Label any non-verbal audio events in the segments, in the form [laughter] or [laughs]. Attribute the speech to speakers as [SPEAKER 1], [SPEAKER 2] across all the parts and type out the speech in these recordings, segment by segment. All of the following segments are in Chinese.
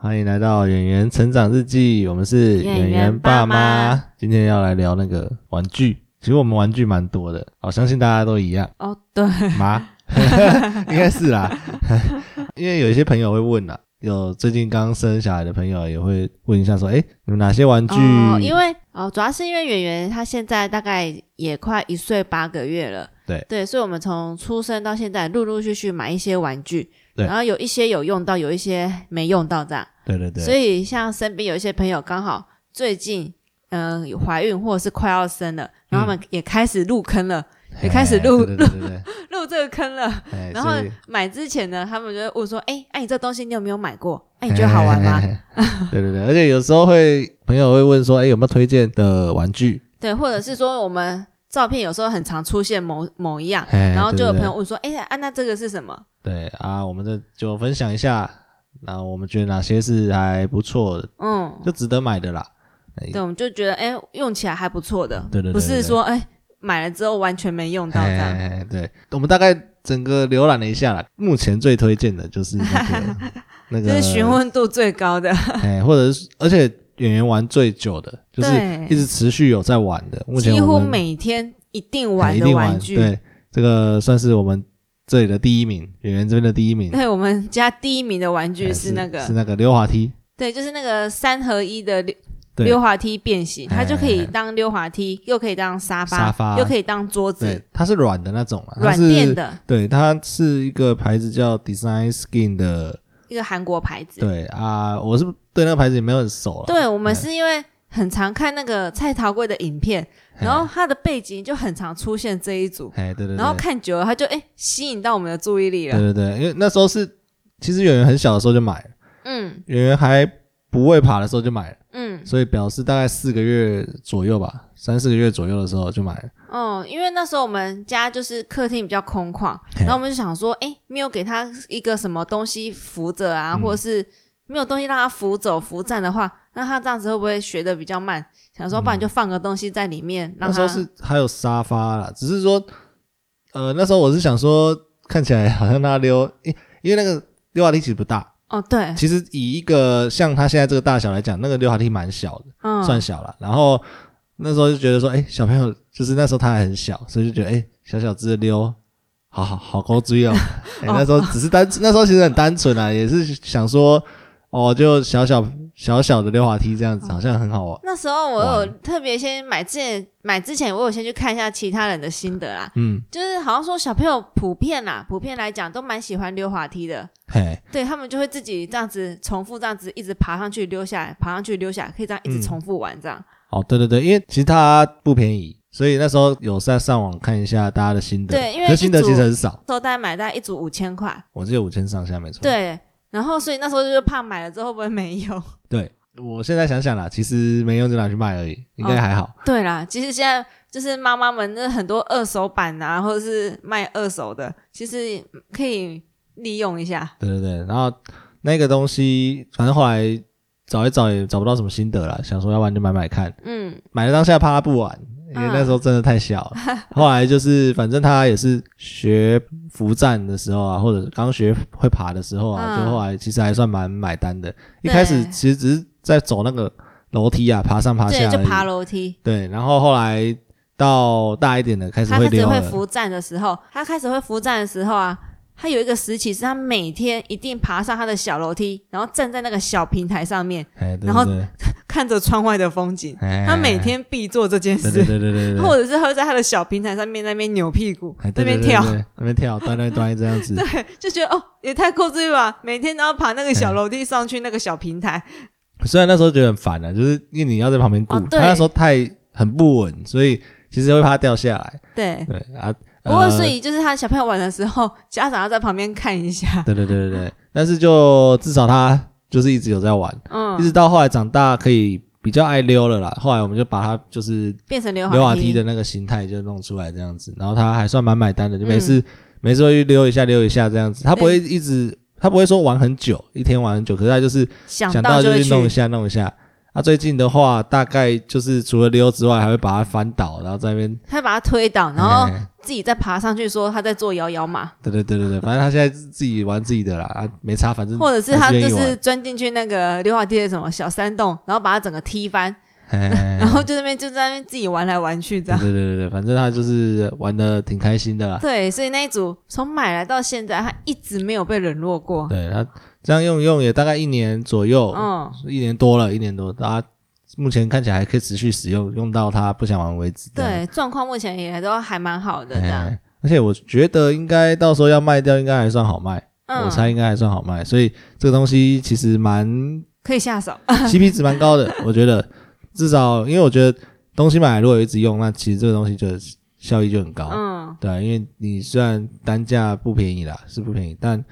[SPEAKER 1] 欢迎来到演员成长日记，我们是
[SPEAKER 2] 演员爸妈。
[SPEAKER 1] 今天要来聊那个玩具，其实我们玩具蛮多的，我、相信大家都一样
[SPEAKER 2] [laughs] 哦，对，
[SPEAKER 1] 妈， [laughs] 应该是啦， [laughs] 因为有一些朋友会问啦，有最近刚生小孩的朋友也会问一下说，哎、你们哪些玩具？
[SPEAKER 2] 哦，因为哦，主要是因为圆圆她现在大概也快一岁八个月了，
[SPEAKER 1] 对
[SPEAKER 2] 对，所以我们从出生到现在，陆陆续续买一些玩具，
[SPEAKER 1] 对
[SPEAKER 2] 然后有一些有用到，有一些没用到这样，
[SPEAKER 1] 对对对，
[SPEAKER 2] 所以像身边有一些朋友刚好最近嗯、有怀孕或者是快要生了，然后
[SPEAKER 1] 嗯
[SPEAKER 2] 他们也开始入坑了，也开始
[SPEAKER 1] 嘿
[SPEAKER 2] 录
[SPEAKER 1] 对对对对
[SPEAKER 2] [laughs]
[SPEAKER 1] 对，
[SPEAKER 2] 入这个坑了，
[SPEAKER 1] 嘿
[SPEAKER 2] 然后
[SPEAKER 1] 哎所以
[SPEAKER 2] 买之前呢，他们就会问说，哎，哎、你这东西你有没有买过？哎、
[SPEAKER 1] [laughs]
[SPEAKER 2] 你觉得好玩吗？
[SPEAKER 1] 对对对，而且有时候会朋友会问说，哎、有没有推荐的玩具？
[SPEAKER 2] 对，或者是说我们照片有时候很常出现某某一样，
[SPEAKER 1] 嘿
[SPEAKER 2] 然后就
[SPEAKER 1] 对对
[SPEAKER 2] 有
[SPEAKER 1] 对
[SPEAKER 2] 朋友问说：“哎呀、啊，那这个是什么
[SPEAKER 1] 对啊，我们这就分享一下，那我们觉得哪些是还不错的，？”
[SPEAKER 2] 嗯，
[SPEAKER 1] 就值得买的啦。哎
[SPEAKER 2] 对，我们就觉得哎、用起来还不错的，
[SPEAKER 1] 对对对对
[SPEAKER 2] 不是说哎、买了之后完全没用到这样。
[SPEAKER 1] 哎，对，我们大概整个浏览了一下啦，目前最推荐的就是那
[SPEAKER 2] [laughs]
[SPEAKER 1] 个那个，
[SPEAKER 2] 就是询问度最高的，
[SPEAKER 1] 哎，或者是而且演员玩最久的，就是
[SPEAKER 2] 对
[SPEAKER 1] 一，直持续有在玩的，目前
[SPEAKER 2] 几
[SPEAKER 1] 我
[SPEAKER 2] 乎
[SPEAKER 1] 们
[SPEAKER 2] 每天一定
[SPEAKER 1] 哎
[SPEAKER 2] 玩
[SPEAKER 1] 一
[SPEAKER 2] 的
[SPEAKER 1] 定玩
[SPEAKER 2] 具，
[SPEAKER 1] 对，这个算是我们这里的第一名，演员这边的第一
[SPEAKER 2] [laughs]
[SPEAKER 1] 名。
[SPEAKER 2] [laughs] 对我们家第一名的玩具
[SPEAKER 1] 哎
[SPEAKER 2] 是那个，
[SPEAKER 1] 是那个溜滑梯，
[SPEAKER 2] 对，就是那个三合一的溜
[SPEAKER 1] 对
[SPEAKER 2] 溜滑梯变形，它就可
[SPEAKER 1] 哎哎
[SPEAKER 2] 以
[SPEAKER 1] 哎
[SPEAKER 2] 当溜滑梯，又可以当沙发，
[SPEAKER 1] 沙发
[SPEAKER 2] 又可以当桌子
[SPEAKER 1] 对，，它是软的那种啦，它
[SPEAKER 2] 软
[SPEAKER 1] 是
[SPEAKER 2] 垫的，
[SPEAKER 1] 对，它是一个牌子叫 Design Skin 的，
[SPEAKER 2] 一个韩国牌子。
[SPEAKER 1] 对啊，我是对那个牌子也没有很熟了。
[SPEAKER 2] 对，我们是因为很常看那个蔡桃贵的影片，
[SPEAKER 1] 嘿
[SPEAKER 2] 然后它的背景就很常出现这一组，
[SPEAKER 1] 哎，对对对，
[SPEAKER 2] 然后啊看久了，它就哎、吸引到我们的注意力了。
[SPEAKER 1] 对对对，因为那时候是其实演员很小的时候就买了，
[SPEAKER 2] 嗯
[SPEAKER 1] 演员还不会爬的时候就买了，
[SPEAKER 2] 嗯
[SPEAKER 1] 所以表示大概四个月左右吧，三四个月左右的时候就买了。
[SPEAKER 2] 哦，因为那时候我们家就是客厅比较空旷，
[SPEAKER 1] 嘿
[SPEAKER 2] 然后我们就想说，哎、没有给它一个什么东西扶着啊，
[SPEAKER 1] 嗯
[SPEAKER 2] 或者是没有东西让它扶走扶站的话，那它这样子会不会学的比较慢？想说，不然就放个东西在里面，让
[SPEAKER 1] 嗯那时候
[SPEAKER 2] 它
[SPEAKER 1] 是还有沙发啦，只是说，呃，那时候我是想说，看起来好像他溜，因因为那个溜滑梯其实不大，
[SPEAKER 2] 哦，对，
[SPEAKER 1] 其实以一个像他现在这个大小来讲，那个溜滑梯蛮小的。
[SPEAKER 2] 嗯，
[SPEAKER 1] 算小了。然后那时候就觉得说，哎、小朋友就是那时候他还很小，所以就觉得，哎、小小只的溜，好好好高追
[SPEAKER 2] [laughs]
[SPEAKER 1] 哦。哎、那时候只是单，那时候其实很单纯啊，也是想说，哦，就小小小小的溜滑梯这样子，
[SPEAKER 2] 嗯
[SPEAKER 1] 好像很好玩。
[SPEAKER 2] 那时候我有特别先买之前买之前，我有先去看一下其他人的心得啦，
[SPEAKER 1] 嗯，
[SPEAKER 2] 就是好像说小朋友普遍啦，普遍来讲都蛮喜欢溜滑梯的，
[SPEAKER 1] 嘿，
[SPEAKER 2] 对他们就会自己这样子重复这样子一直爬上去溜下来，爬上去溜下来，可以这样一直重复玩这样。
[SPEAKER 1] 哦，对对对，因为其实它不便宜，所以那时候有在上网看一下大家的心得。
[SPEAKER 2] 对因为
[SPEAKER 1] 可是心得
[SPEAKER 2] 一组
[SPEAKER 1] 其实很少，
[SPEAKER 2] 都大概买大概一组五千块，
[SPEAKER 1] 我只有五千上下，没错。
[SPEAKER 2] 对，然后所以那时候就是怕买了之后会不会没有。
[SPEAKER 1] 对，我现在想想啦，其实没用就拿去卖而已，应
[SPEAKER 2] 嗯
[SPEAKER 1] 该还好。
[SPEAKER 2] [laughs] 对啦，其实现在就是妈妈们那很多二手版啊，或者是卖二手的，其实可以利用一下。
[SPEAKER 1] 对对对，然后那个东西，反正后来找一找也找不到什么心得了，想说要不然就买买看。
[SPEAKER 2] 嗯，
[SPEAKER 1] 买了当下怕它不玩，因为那时候真的太小
[SPEAKER 2] [laughs]
[SPEAKER 1] 了。后来就是反正他也是学扶站的时候啊，或者刚学会爬的时候啊，
[SPEAKER 2] 嗯
[SPEAKER 1] 就后来其实还算蛮买单的。一
[SPEAKER 2] 对
[SPEAKER 1] 开始其实只是在走那个楼梯啊，爬上爬
[SPEAKER 2] 对，
[SPEAKER 1] 下
[SPEAKER 2] 就
[SPEAKER 1] 而已
[SPEAKER 2] 爬楼梯。
[SPEAKER 1] 对，然后后来到大一点的开始
[SPEAKER 2] 他
[SPEAKER 1] 会
[SPEAKER 2] 开始
[SPEAKER 1] 溜
[SPEAKER 2] 会
[SPEAKER 1] 了
[SPEAKER 2] 扶站的时候，他开始会扶站的时候啊，他有一个时期是他每天一定爬上他的小楼梯，然后站在那个小平台上面，
[SPEAKER 1] 哎，对
[SPEAKER 2] 然后
[SPEAKER 1] 对对
[SPEAKER 2] 看着窗外的风景。
[SPEAKER 1] 哎
[SPEAKER 2] 他每天必做这件
[SPEAKER 1] 对对
[SPEAKER 2] 事，
[SPEAKER 1] 对对对对对，
[SPEAKER 2] [laughs] 或者是他会在他的小平台上面那边扭屁股
[SPEAKER 1] 哎，对对
[SPEAKER 2] 那边
[SPEAKER 1] 对
[SPEAKER 2] 跳，
[SPEAKER 1] 对那边跳，端端端这样
[SPEAKER 2] [laughs]
[SPEAKER 1] 子。
[SPEAKER 2] 就觉得哦，也太过分了吧！每天都要爬那个
[SPEAKER 1] 哎
[SPEAKER 2] 小楼梯上去那个小平台，
[SPEAKER 1] 虽然那时候觉得很烦啊，就是因为你要在旁边顾，
[SPEAKER 2] 哦
[SPEAKER 1] 他
[SPEAKER 2] 对
[SPEAKER 1] 那时候太很不稳，所以其实会怕掉下来。
[SPEAKER 2] 对。
[SPEAKER 1] 对啊，
[SPEAKER 2] 不过，
[SPEAKER 1] 呃
[SPEAKER 2] 所以就是他小朋友玩的时候，家长要在旁边看一下，
[SPEAKER 1] 对对对对对，但是就至少他就是一直有在玩，一
[SPEAKER 2] 嗯，
[SPEAKER 1] 直到后来长大可以比较爱溜了啦。后来我们就把他就是
[SPEAKER 2] 变成溜
[SPEAKER 1] 溜滑
[SPEAKER 2] 滑
[SPEAKER 1] 梯
[SPEAKER 2] 梯
[SPEAKER 1] 的那个形态就弄出来这样子，然后他还算蛮买
[SPEAKER 2] 嗯
[SPEAKER 1] 单的，就每次、每次会溜一下溜一下这样子，他不会一直。他不会说玩很久，一天玩很久，可是他就是
[SPEAKER 2] 想
[SPEAKER 1] 想
[SPEAKER 2] 到
[SPEAKER 1] 就
[SPEAKER 2] 会
[SPEAKER 1] 去
[SPEAKER 2] 去
[SPEAKER 1] 弄一下弄一下。啊，最近的话，大概就是除了溜之外，还会把它翻倒，然后在那边
[SPEAKER 2] 他把它推倒，然后
[SPEAKER 1] 哎
[SPEAKER 2] 自己再爬上去说他在做摇摇马，
[SPEAKER 1] 对对对对对，反正他现在自己玩自己的啦，啊，没差，反正
[SPEAKER 2] 或者是他
[SPEAKER 1] 还
[SPEAKER 2] 就
[SPEAKER 1] 愿意玩
[SPEAKER 2] 是钻进去那个溜滑梯的什么小山洞，然后把它整个踢翻，
[SPEAKER 1] 嘿嘿嘿
[SPEAKER 2] [laughs] 然后就那边就在那边自己玩来玩去这
[SPEAKER 1] 对
[SPEAKER 2] 样。
[SPEAKER 1] 对对对对，反正他就是玩的挺开心的啦。
[SPEAKER 2] 对，所以那一组从买来到现在，他一直没有被冷落过。
[SPEAKER 1] 对他这样用一用也大概一年左右，
[SPEAKER 2] 嗯，
[SPEAKER 1] 一年多了，一年多，大家目前看起来还可以持续使用，用到他不想玩为止。这样
[SPEAKER 2] 对，状况目前也都还蛮好的这样。
[SPEAKER 1] 哎而且我觉得应该到时候要卖掉，应该还算好卖，哎我
[SPEAKER 2] 嗯，
[SPEAKER 1] 猜应该还算好卖，所以这个东西其实
[SPEAKER 2] [laughs]
[SPEAKER 1] 蛮
[SPEAKER 2] 可以下手。
[SPEAKER 1] CP 值蛮高的，我觉得至少因为我觉得东西买来如果有一直用，那其实这个东西就效益就很高。
[SPEAKER 2] 嗯，
[SPEAKER 1] 对啊，因为你虽然单价不便宜啦，是不便宜，但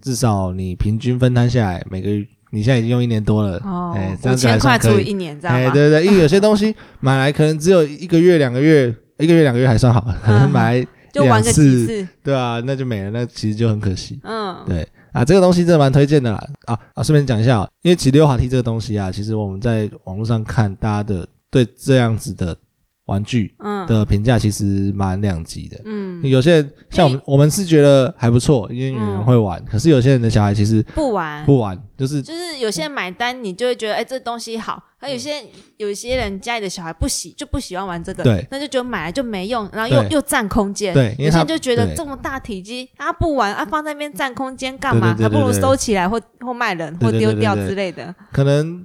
[SPEAKER 1] 至少你平均分摊下来，每个月你现在已经用一年多了，
[SPEAKER 2] 哦
[SPEAKER 1] 哎，这
[SPEAKER 2] 五
[SPEAKER 1] 样子还
[SPEAKER 2] 千
[SPEAKER 1] 算
[SPEAKER 2] 块
[SPEAKER 1] 可
[SPEAKER 2] 除
[SPEAKER 1] 以。
[SPEAKER 2] 以一年，这样
[SPEAKER 1] 哎，
[SPEAKER 2] 吗？
[SPEAKER 1] 对对对，因为有些东
[SPEAKER 2] [laughs]
[SPEAKER 1] 西买来可能只有一个月、两个月，一个月、两个月还算好，可能买来
[SPEAKER 2] 嗯就玩
[SPEAKER 1] 两
[SPEAKER 2] 个几
[SPEAKER 1] 次
[SPEAKER 2] 次。
[SPEAKER 1] 对啊，那就没了，那其实就很可惜。
[SPEAKER 2] 嗯，
[SPEAKER 1] 对啊，这个东西真的蛮推荐的啦啊啊！顺便讲一下、哦，因为骑溜滑梯这个东西啊，其实我们在网络上看大家的对这样子的玩具
[SPEAKER 2] 嗯
[SPEAKER 1] 的评价，其实蛮两极的。
[SPEAKER 2] 嗯，
[SPEAKER 1] 有些人像我们，我们是觉得还不错，因为有
[SPEAKER 2] 嗯
[SPEAKER 1] 人会玩。可是有些人的小孩其实
[SPEAKER 2] 不玩。
[SPEAKER 1] 不玩，就是
[SPEAKER 2] 就是有些人买单，你就会觉得哎、这东西好；，
[SPEAKER 1] 嗯
[SPEAKER 2] 还有些有些人家里的小孩不喜，就不喜欢玩这个，
[SPEAKER 1] 对，
[SPEAKER 2] 那就觉得买来就没用，然后又
[SPEAKER 1] 对
[SPEAKER 2] 又占空间。
[SPEAKER 1] 对，因
[SPEAKER 2] 有
[SPEAKER 1] 为
[SPEAKER 2] 些
[SPEAKER 1] 他
[SPEAKER 2] 人就觉得
[SPEAKER 1] 对嗯
[SPEAKER 2] 这么大体积，他不玩啊，放在那边占空间干嘛？
[SPEAKER 1] 对对对
[SPEAKER 2] 还不
[SPEAKER 1] 对
[SPEAKER 2] 如
[SPEAKER 1] 对
[SPEAKER 2] 收起来或或卖人
[SPEAKER 1] 对
[SPEAKER 2] 或
[SPEAKER 1] 对对
[SPEAKER 2] 丢掉
[SPEAKER 1] 对对
[SPEAKER 2] 之类的。
[SPEAKER 1] 可能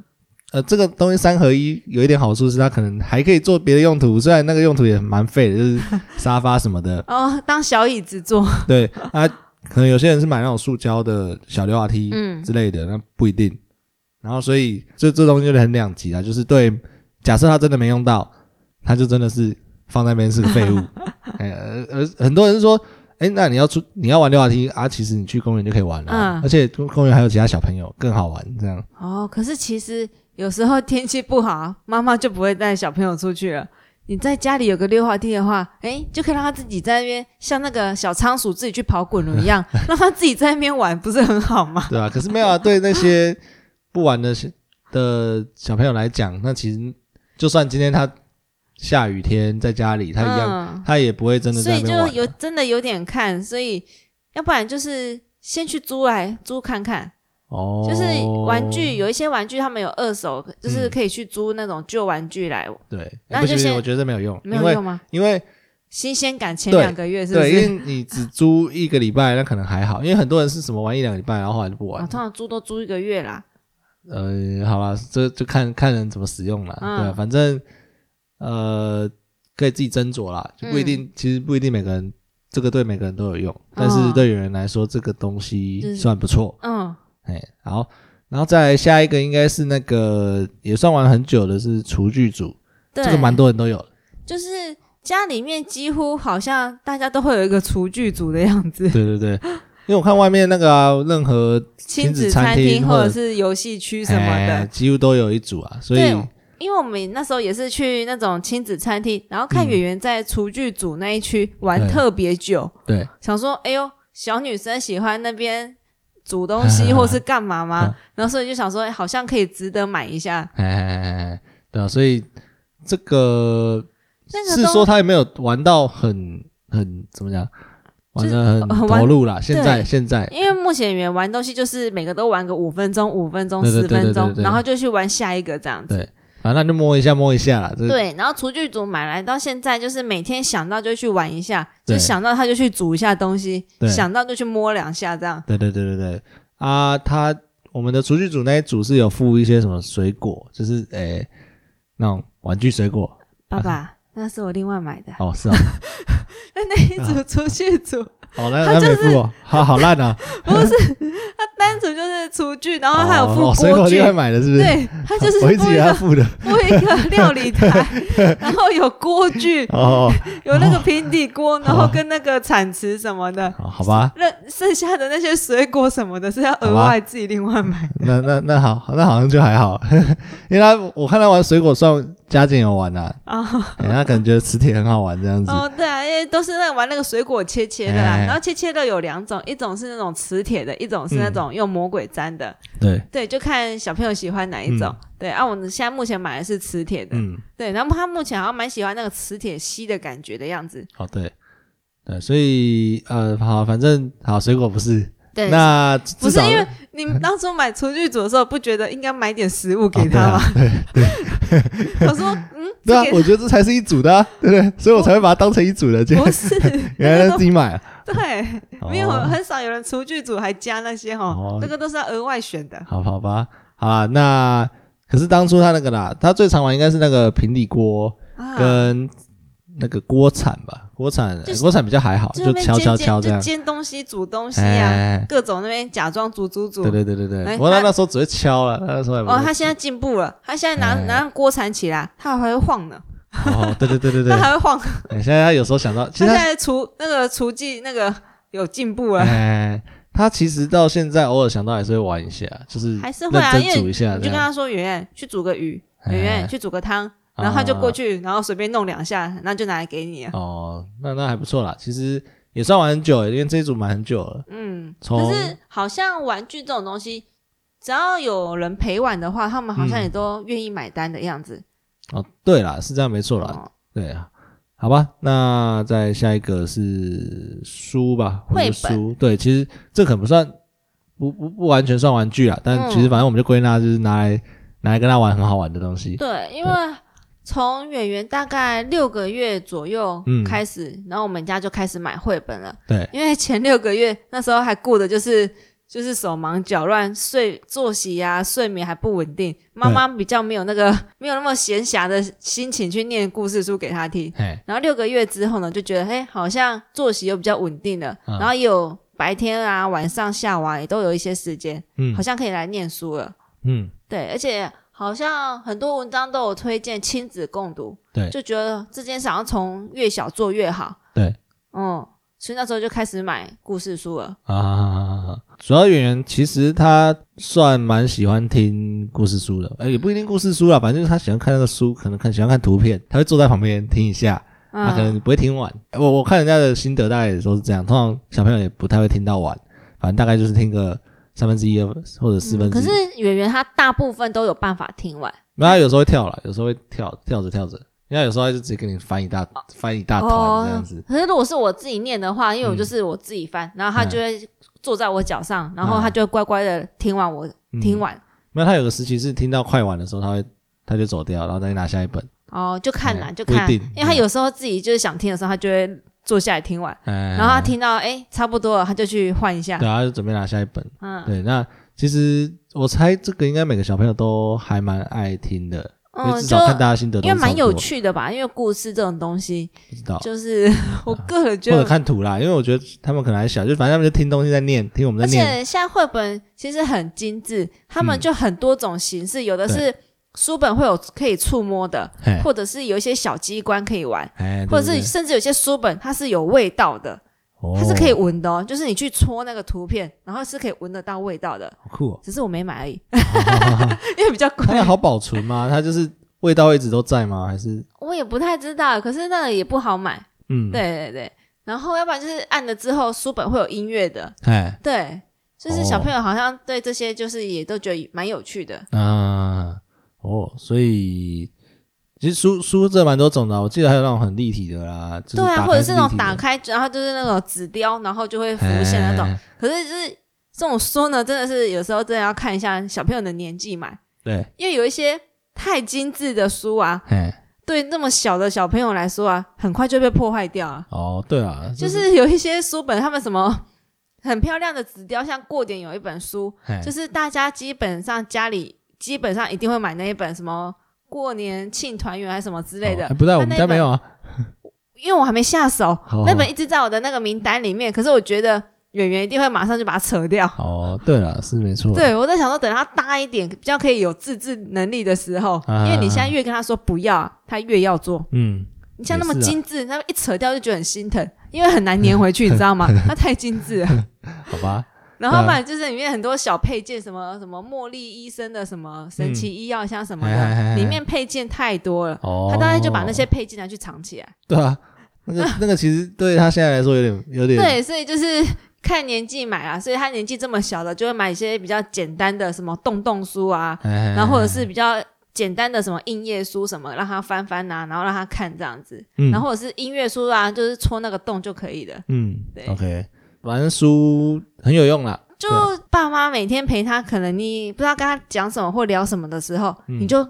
[SPEAKER 1] 呃，这个东西三合一有一点好处是，它可能还可以做别的用途，虽然那个用途也蛮废的，就是沙发什么的。
[SPEAKER 2] 哦，当小椅子坐，
[SPEAKER 1] [laughs] 对啊，可能有些人是买那种塑胶的小溜滑梯
[SPEAKER 2] 嗯
[SPEAKER 1] 之类的，那不一定。然后所以这这东西就很两极啊，就是对，假设他真的没用到，他就真的是放在那边是个
[SPEAKER 2] [laughs]
[SPEAKER 1] 废物。哎，而而很多人是说，哎，那你要出你要玩溜滑梯啊，其实你去公园就可以玩了、啊
[SPEAKER 2] 嗯
[SPEAKER 1] 而且公公园还有其他小朋友更好玩，这样。
[SPEAKER 2] 哦，可是其实有时候天气不好，妈妈就不会带小朋友出去了。你在家里有个溜滑梯的话，哎，就可以让他自己在那边像那个小仓鼠自己去跑滚轮一样， [laughs] 让他自己在那边玩，不是很好吗？
[SPEAKER 1] 对啊，可是没有啊，对那些不玩的小的小朋友来讲，那其实就算今天他下雨天在家里，他一样，
[SPEAKER 2] 样，
[SPEAKER 1] 他也不会真的
[SPEAKER 2] 嗯所
[SPEAKER 1] 在
[SPEAKER 2] 以
[SPEAKER 1] 那
[SPEAKER 2] 就
[SPEAKER 1] 边玩。
[SPEAKER 2] 有真的有点看，所以要不然就是先去租来租看看，
[SPEAKER 1] 哦，
[SPEAKER 2] 就是玩具有一些玩具他们有二手，就是
[SPEAKER 1] 嗯
[SPEAKER 2] 可以去租那种旧玩具来，
[SPEAKER 1] 对，
[SPEAKER 2] 那
[SPEAKER 1] 哎不
[SPEAKER 2] 就
[SPEAKER 1] 行，
[SPEAKER 2] 先
[SPEAKER 1] 我觉得没有用，
[SPEAKER 2] 没
[SPEAKER 1] 因
[SPEAKER 2] 有
[SPEAKER 1] 为
[SPEAKER 2] 用吗？
[SPEAKER 1] 因为
[SPEAKER 2] 新鲜感前
[SPEAKER 1] 对
[SPEAKER 2] 两个月是不
[SPEAKER 1] 对，因
[SPEAKER 2] 是？
[SPEAKER 1] 为你只租一个礼拜，那可能还好，因为很多人是什么玩一两个礼拜，然后后来就不
[SPEAKER 2] 啊，
[SPEAKER 1] 玩
[SPEAKER 2] 通。常租都租一个月啦。
[SPEAKER 1] 呃，好啦，这就看看人怎么使用了，
[SPEAKER 2] 嗯
[SPEAKER 1] 对啊，反正呃可以自己斟酌啦，就不一定，
[SPEAKER 2] 嗯
[SPEAKER 1] 其实不一定每个人这个对每个人都有用，但是
[SPEAKER 2] 哦
[SPEAKER 1] 对有人来说，这个东
[SPEAKER 2] 就
[SPEAKER 1] 西
[SPEAKER 2] 是
[SPEAKER 1] 算不错。
[SPEAKER 2] 嗯，
[SPEAKER 1] 哎，好，然后再来下一个应该是那个也算玩很久的是厨具组，
[SPEAKER 2] 对，
[SPEAKER 1] 这个蛮多人都有的。
[SPEAKER 2] 就是家里面几乎好像大家都会有一个厨具组的样
[SPEAKER 1] [laughs]
[SPEAKER 2] 子，
[SPEAKER 1] 对对对，因为我看外面那个啊、任何亲
[SPEAKER 2] [laughs] 亲
[SPEAKER 1] 子
[SPEAKER 2] 子
[SPEAKER 1] 餐
[SPEAKER 2] 餐
[SPEAKER 1] 厅
[SPEAKER 2] 厅
[SPEAKER 1] 或
[SPEAKER 2] 或
[SPEAKER 1] 者
[SPEAKER 2] 者是游戏区什么
[SPEAKER 1] 哎
[SPEAKER 2] 的。
[SPEAKER 1] 几乎都有一组啊，所以
[SPEAKER 2] 对哦因为我们那时候也是去那种亲子餐厅，然后看
[SPEAKER 1] 嗯
[SPEAKER 2] 演员在厨具组那一区玩
[SPEAKER 1] 对
[SPEAKER 2] 特别久，
[SPEAKER 1] 对
[SPEAKER 2] 想说，哎呦，小女生喜欢那边煮东
[SPEAKER 1] [laughs]
[SPEAKER 2] 西或是干嘛吗？然后所以就想说，哎好像可以值得买一下。
[SPEAKER 1] 哎哎哎哎对啊，所以这个
[SPEAKER 2] 那个
[SPEAKER 1] 是
[SPEAKER 2] 东
[SPEAKER 1] 说他也没有玩到很很怎么讲，玩
[SPEAKER 2] 就是
[SPEAKER 1] 的很
[SPEAKER 2] 很玩
[SPEAKER 1] 投入啦。现在
[SPEAKER 2] 对
[SPEAKER 1] 现在
[SPEAKER 2] 因为目前演员玩东西就是每个都玩个五分钟、五分钟、
[SPEAKER 1] 对对
[SPEAKER 2] 十
[SPEAKER 1] 对对
[SPEAKER 2] 分
[SPEAKER 1] 对
[SPEAKER 2] 钟
[SPEAKER 1] 对，对
[SPEAKER 2] 然后就去玩下一个这样子。
[SPEAKER 1] 对，反正啊那就摸一下摸一下啦，这
[SPEAKER 2] 对，然后厨具组买来到现在，就是每天想到就去玩一下，
[SPEAKER 1] 对
[SPEAKER 2] 就想到他就去煮一下东西
[SPEAKER 1] 对，
[SPEAKER 2] 想到就去摸两下这样。
[SPEAKER 1] 对对对对对啊，他我们的厨具组那一组是有附一些什么水果，就是诶、那种玩具水果
[SPEAKER 2] 爸爸，那是我另外买的， [laughs]
[SPEAKER 1] 哦，是哦，
[SPEAKER 2] 那那
[SPEAKER 1] 啊
[SPEAKER 2] 一组厨具组，
[SPEAKER 1] 哦那那没附哦，好好烂啊，
[SPEAKER 2] 它单组就是厨具，然后还有
[SPEAKER 1] 哦，哦
[SPEAKER 2] 附
[SPEAKER 1] 水
[SPEAKER 2] 锅
[SPEAKER 1] 果
[SPEAKER 2] 具
[SPEAKER 1] 另，外买的是不是？
[SPEAKER 2] 对，它就
[SPEAKER 1] [laughs]
[SPEAKER 2] 是
[SPEAKER 1] 我一直
[SPEAKER 2] 附
[SPEAKER 1] 以
[SPEAKER 2] 一
[SPEAKER 1] 为他
[SPEAKER 2] 个
[SPEAKER 1] 附的
[SPEAKER 2] 附一个
[SPEAKER 1] [laughs]
[SPEAKER 2] 料理台，然后有锅具，
[SPEAKER 1] 哦，
[SPEAKER 2] 有那个平底锅，然后跟那个铲子什么的。
[SPEAKER 1] 哦好好吧，
[SPEAKER 2] 那剩下的那些水果什么的，是要额
[SPEAKER 1] 好吧
[SPEAKER 2] 外自己另外买
[SPEAKER 1] [laughs] 那
[SPEAKER 2] 的。
[SPEAKER 1] 那那好，那好像就还好， [laughs] 因为他我看他玩水果算家境有玩呐、啊，
[SPEAKER 2] 啊、
[SPEAKER 1] 哎他感觉磁铁很好玩这样子，
[SPEAKER 2] 哦，对啊，因为都是那个玩那个水果切切的啦。
[SPEAKER 1] 哎
[SPEAKER 2] 然后切切的有两种，一种是那种磁铁的，一种是那种用魔鬼粘的。
[SPEAKER 1] 对，
[SPEAKER 2] 对，就看小朋友喜欢哪一种。对啊，我们现在目前买的是磁铁的。
[SPEAKER 1] 嗯，
[SPEAKER 2] 对，然后他目前好像蛮喜欢那个磁铁吸的感觉的样子。
[SPEAKER 1] 哦对，对，所以呃，好，反正好，水果不是，
[SPEAKER 2] 对，
[SPEAKER 1] 那至
[SPEAKER 2] 不是
[SPEAKER 1] 少
[SPEAKER 2] 因为你们当初买厨具组的时候，不觉得应该买点食物给他
[SPEAKER 1] [laughs]
[SPEAKER 2] 吗？
[SPEAKER 1] 啊对啊
[SPEAKER 2] [laughs] 我说，嗯，
[SPEAKER 1] [laughs] [laughs] 对啊
[SPEAKER 2] 这，
[SPEAKER 1] 我觉得这才是一组的、啊，对不对？所以我才会把它当成一组的，结
[SPEAKER 2] 个
[SPEAKER 1] 果 [laughs]
[SPEAKER 2] 不是，
[SPEAKER 1] 原来是自己买啊。
[SPEAKER 2] 对，没有
[SPEAKER 1] 哦
[SPEAKER 2] 很少有人厨具组还加那些
[SPEAKER 1] 哦
[SPEAKER 2] 哈，这个都是要额外选 [laughs] 的。
[SPEAKER 1] 好好吧，好啦，那可是当初他那个啦，他最常玩应该是那个平底锅
[SPEAKER 2] 啊，
[SPEAKER 1] 跟那个锅铲吧，锅铲、
[SPEAKER 2] 就是
[SPEAKER 1] 锅铲比较还好，就
[SPEAKER 2] 就那边
[SPEAKER 1] 敲敲
[SPEAKER 2] 煎
[SPEAKER 1] 敲
[SPEAKER 2] 煎
[SPEAKER 1] 这
[SPEAKER 2] 就
[SPEAKER 1] 样。
[SPEAKER 2] 煎东西、煮东西啊，
[SPEAKER 1] 哎，
[SPEAKER 2] 各种那边假装煮煮煮
[SPEAKER 1] 对。对对对对，
[SPEAKER 2] 哎
[SPEAKER 1] 不过他
[SPEAKER 2] 他
[SPEAKER 1] 那时候只会敲了，他那时候也不
[SPEAKER 2] 哦，
[SPEAKER 1] 会。
[SPEAKER 2] 他现在进步了，他现在拿
[SPEAKER 1] 哎
[SPEAKER 2] 拿锅铲起来，他还会晃呢，
[SPEAKER 1] 哦，对对对对对
[SPEAKER 2] 他， [laughs] 还会晃。他
[SPEAKER 1] 哎现在他有时候
[SPEAKER 2] [laughs]
[SPEAKER 1] 想到，其
[SPEAKER 2] 现
[SPEAKER 1] 实他
[SPEAKER 2] 在厨那个厨技那个有进步了，
[SPEAKER 1] 哎，他其实到现在偶尔想到还是会玩一下，就是
[SPEAKER 2] 还是
[SPEAKER 1] 认
[SPEAKER 2] 会啊，因
[SPEAKER 1] 真
[SPEAKER 2] 为
[SPEAKER 1] 煮
[SPEAKER 2] 你
[SPEAKER 1] 一
[SPEAKER 2] 就
[SPEAKER 1] 下这
[SPEAKER 2] 跟
[SPEAKER 1] 样。
[SPEAKER 2] 他说圆圆去煮个鱼，
[SPEAKER 1] 哎啊
[SPEAKER 2] 圆圆去煮个汤，然后他就过去，然后随便弄两下，然后就拿来给你啊。
[SPEAKER 1] 哦，那那还不错啦，其实也算玩很久，因为这一组玩很久了。
[SPEAKER 2] 嗯，
[SPEAKER 1] 从
[SPEAKER 2] 可是好像玩具这种东西，只要有人陪玩的话，他们好
[SPEAKER 1] 嗯
[SPEAKER 2] 像也都愿意买单的样子。
[SPEAKER 1] 哦，对啦，是这样没错啦，
[SPEAKER 2] 哦
[SPEAKER 1] 对啊。好吧，那再下一个是书吧，或者
[SPEAKER 2] 绘
[SPEAKER 1] 是书。对，其实这可能不算，不不不完全算玩具啦，但
[SPEAKER 2] 嗯
[SPEAKER 1] 其实反正我们就归纳就是拿来拿来跟他玩很好玩的东西。
[SPEAKER 2] 对，因为从演员大概六个月左右
[SPEAKER 1] 嗯
[SPEAKER 2] 开始，然后我们家就开始买绘本了。
[SPEAKER 1] 对，
[SPEAKER 2] 因为前六个月那时候还顾的就是就是手忙脚乱，睡作息啊，睡眠还不稳定，妈妈比较没有那个 [laughs] 没有那么闲暇的心情去念故事书给他听。
[SPEAKER 1] 哎，
[SPEAKER 2] 然后六个月之后呢，就觉得嘿，好像作息又比较稳定了，
[SPEAKER 1] 嗯
[SPEAKER 2] 然后也有白天啊、晚上、下午啊，也都有一些时间，
[SPEAKER 1] 嗯
[SPEAKER 2] 好像可以来念书了。
[SPEAKER 1] 嗯，
[SPEAKER 2] 对，而且好像很多文章都有推荐亲子共读，
[SPEAKER 1] 对
[SPEAKER 2] 就觉得这件事好像从越小做越好。
[SPEAKER 1] 对，
[SPEAKER 2] 嗯，所以那时候就开始买故事书了。
[SPEAKER 1] 啊，主要演员其实他算蛮喜欢听故事书的，哎，也不一定故事书啦，反正就是他喜欢看那个书，可能看喜欢看图片，他会坐在旁边听一下，
[SPEAKER 2] 嗯
[SPEAKER 1] 他、
[SPEAKER 2] 啊
[SPEAKER 1] 可能不会听完。啊我我看人家的心得，大概也都是这样，通常小朋友也不太会听到完，反正大概就是听个三分之一或者四分之
[SPEAKER 2] 嗯可
[SPEAKER 1] 一。
[SPEAKER 2] 是圆圆她大部分都有办法听完，
[SPEAKER 1] 没有，他有时候会跳了，有时候会跳跳着跳着，因为他有时候他就直接给你翻一大翻一大团这样子。嗯
[SPEAKER 2] 哦。可是如果是我自己念的话，因为我就是我自己翻，然后他就会坐在我脚上，然后他就会乖乖的听完我、
[SPEAKER 1] 嗯
[SPEAKER 2] 听完，
[SPEAKER 1] 没有，他有个时期是听到快完的时候，他会他就走掉，然后再拿下一本。
[SPEAKER 2] 哦，就看啦，
[SPEAKER 1] 嗯
[SPEAKER 2] 就看，
[SPEAKER 1] 不一定
[SPEAKER 2] 因为他有时候自己就是想听的时候，他就会坐下来听完，
[SPEAKER 1] 哎，
[SPEAKER 2] 然后他听到哎、差不多了，他就去换一下
[SPEAKER 1] 对，，啊他就准备拿下一本。
[SPEAKER 2] 嗯
[SPEAKER 1] 对，那其实我猜这个应该每个小朋友都还蛮爱听的，因为
[SPEAKER 2] 嗯，
[SPEAKER 1] 至
[SPEAKER 2] 就
[SPEAKER 1] 少看大家心得都
[SPEAKER 2] 因为蛮有
[SPEAKER 1] 差
[SPEAKER 2] 趣的吧，因为故事这种东西，
[SPEAKER 1] 不多，不知道
[SPEAKER 2] 就是 [laughs] 我个人觉
[SPEAKER 1] 或者
[SPEAKER 2] 得。
[SPEAKER 1] 看图啦，因为我觉得他们可能还小，就反正他们就听东西在念，听我们
[SPEAKER 2] 而
[SPEAKER 1] 在念，
[SPEAKER 2] 且现在绘本其实很精致，他们
[SPEAKER 1] 嗯
[SPEAKER 2] 就很多种形式，有的是书本会有可以触摸的，
[SPEAKER 1] 嘿
[SPEAKER 2] 或者是有一些小机关可以玩，
[SPEAKER 1] 哎，
[SPEAKER 2] 或者
[SPEAKER 1] 对
[SPEAKER 2] 是甚至有些书本它是有味道的，它是可以，闻的哦，就是你去戳那个图片，然后是可以闻得到味道的。
[SPEAKER 1] 对对对哦好酷哦
[SPEAKER 2] 只是我没买
[SPEAKER 1] [laughs]
[SPEAKER 2] 而已，
[SPEAKER 1] 它
[SPEAKER 2] 因为比较贵，
[SPEAKER 1] 那好保存吗？它就是味道一直都在吗？还是
[SPEAKER 2] 我也不太知道。可是那个也不好买，
[SPEAKER 1] 嗯，，
[SPEAKER 2] 对对对。然后要不然就是按了之后书本会有音乐的，
[SPEAKER 1] 哎，
[SPEAKER 2] 对，就是小
[SPEAKER 1] 哦
[SPEAKER 2] 朋友好像对这些就是也都觉得蛮有趣的。
[SPEAKER 1] 啊，哦，所以。其实书书这蛮多种的啊，我记得还有那种很立体的啦，就是
[SPEAKER 2] 对啊，
[SPEAKER 1] 打开
[SPEAKER 2] 或者是那
[SPEAKER 1] 立体的
[SPEAKER 2] 种打开，然后就是那种纸雕，然后就会浮现那种。
[SPEAKER 1] 哎
[SPEAKER 2] 可是就是这种书呢，真的是有时候真的要看一下小朋友的年纪买，
[SPEAKER 1] 对，
[SPEAKER 2] 因为有一些太精致的书啊，
[SPEAKER 1] 哎，
[SPEAKER 2] 对那么小的小朋友来说啊，很快就被破坏掉啊。
[SPEAKER 1] 哦，对啊，
[SPEAKER 2] 就是有一些书本，他们什么很漂亮的纸雕，像过点有一本书，
[SPEAKER 1] 哎
[SPEAKER 2] 就是大家基本上家里基本上一定会买那一本什么。过年庆团圆还是什么之类的，
[SPEAKER 1] 哦哎不对，我
[SPEAKER 2] 他
[SPEAKER 1] 们
[SPEAKER 2] 那
[SPEAKER 1] 家
[SPEAKER 2] 本
[SPEAKER 1] 没有啊。
[SPEAKER 2] 因为我还没下手，
[SPEAKER 1] 哦
[SPEAKER 2] 那本一直在我的那个名单里面，可是我觉得演员一定会马上就把它扯掉。
[SPEAKER 1] 哦，对了，是没错。
[SPEAKER 2] 对，我在想说，等他大一点，比较可以有自制能力的时候，
[SPEAKER 1] 啊
[SPEAKER 2] 因为你现在越跟他说不要啊，他越要做。
[SPEAKER 1] 嗯，
[SPEAKER 2] 你像那么
[SPEAKER 1] 也是啊
[SPEAKER 2] 精致，他一扯掉就觉得很心疼，因为很难粘回去，你知道吗？
[SPEAKER 1] [laughs]
[SPEAKER 2] 他太精致了。
[SPEAKER 1] 好吧，
[SPEAKER 2] 然后嘛，就是里面很多小配件，什么什么茉莉医生的什么
[SPEAKER 1] 嗯
[SPEAKER 2] 神奇医药箱什么
[SPEAKER 1] 哎哎哎哎
[SPEAKER 2] 的，里面配件太多了，
[SPEAKER 1] 哦，
[SPEAKER 2] 他大概就把那些配件拿去藏起来。
[SPEAKER 1] [laughs] 对啊，那
[SPEAKER 2] [laughs]
[SPEAKER 1] 个那个其实对他现在来说有点有点
[SPEAKER 2] 对，所以就是 [laughs] 看年纪买啊，所以他年纪这么小的，就会买一些比较简单的，什么洞洞书啊，
[SPEAKER 1] 哎，
[SPEAKER 2] 然后或者是比较简单的什么硬页书什么，让他翻翻呐、然后让他看这样子，
[SPEAKER 1] 嗯，
[SPEAKER 2] 然后或者是音乐书啊，就是戳那个洞就可以了。
[SPEAKER 1] 嗯
[SPEAKER 2] 对
[SPEAKER 1] ，OK，反正书很有用啦，
[SPEAKER 2] 就
[SPEAKER 1] 对啊
[SPEAKER 2] 爸妈每天陪他，可能你不知道跟他讲什么或聊什么的时候，
[SPEAKER 1] 嗯
[SPEAKER 2] 你就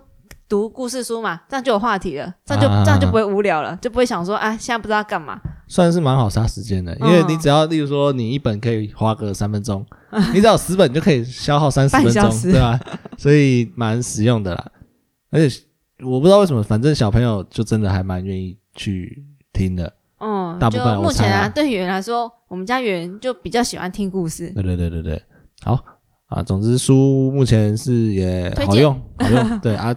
[SPEAKER 2] 读故事书嘛，这样就有话题了，这样就、
[SPEAKER 1] 啊
[SPEAKER 2] 这样就不会无聊了，就不会想说啊，现在不知道干嘛。
[SPEAKER 1] 算是蛮好杀时间的，因为你
[SPEAKER 2] 嗯
[SPEAKER 1] 只要，例如说你一本可以花个三分钟， [laughs] 你只要有十本就可以消耗三十分
[SPEAKER 2] 半小
[SPEAKER 1] 钟，
[SPEAKER 2] 时
[SPEAKER 1] 对吧、所以蛮实用的啦。而且我不知道为什么，反正小朋友就真的还蛮愿意去听的。
[SPEAKER 2] 嗯
[SPEAKER 1] 大，部
[SPEAKER 2] 就
[SPEAKER 1] 分我
[SPEAKER 2] 目前
[SPEAKER 1] 猜啊
[SPEAKER 2] 啊，对圆圆来说，我们家圆圆就比较喜欢听故事。
[SPEAKER 1] 对对对对对，好啊，总之书目前是也
[SPEAKER 2] 推荐
[SPEAKER 1] 好用，好用。 [laughs] 对啊，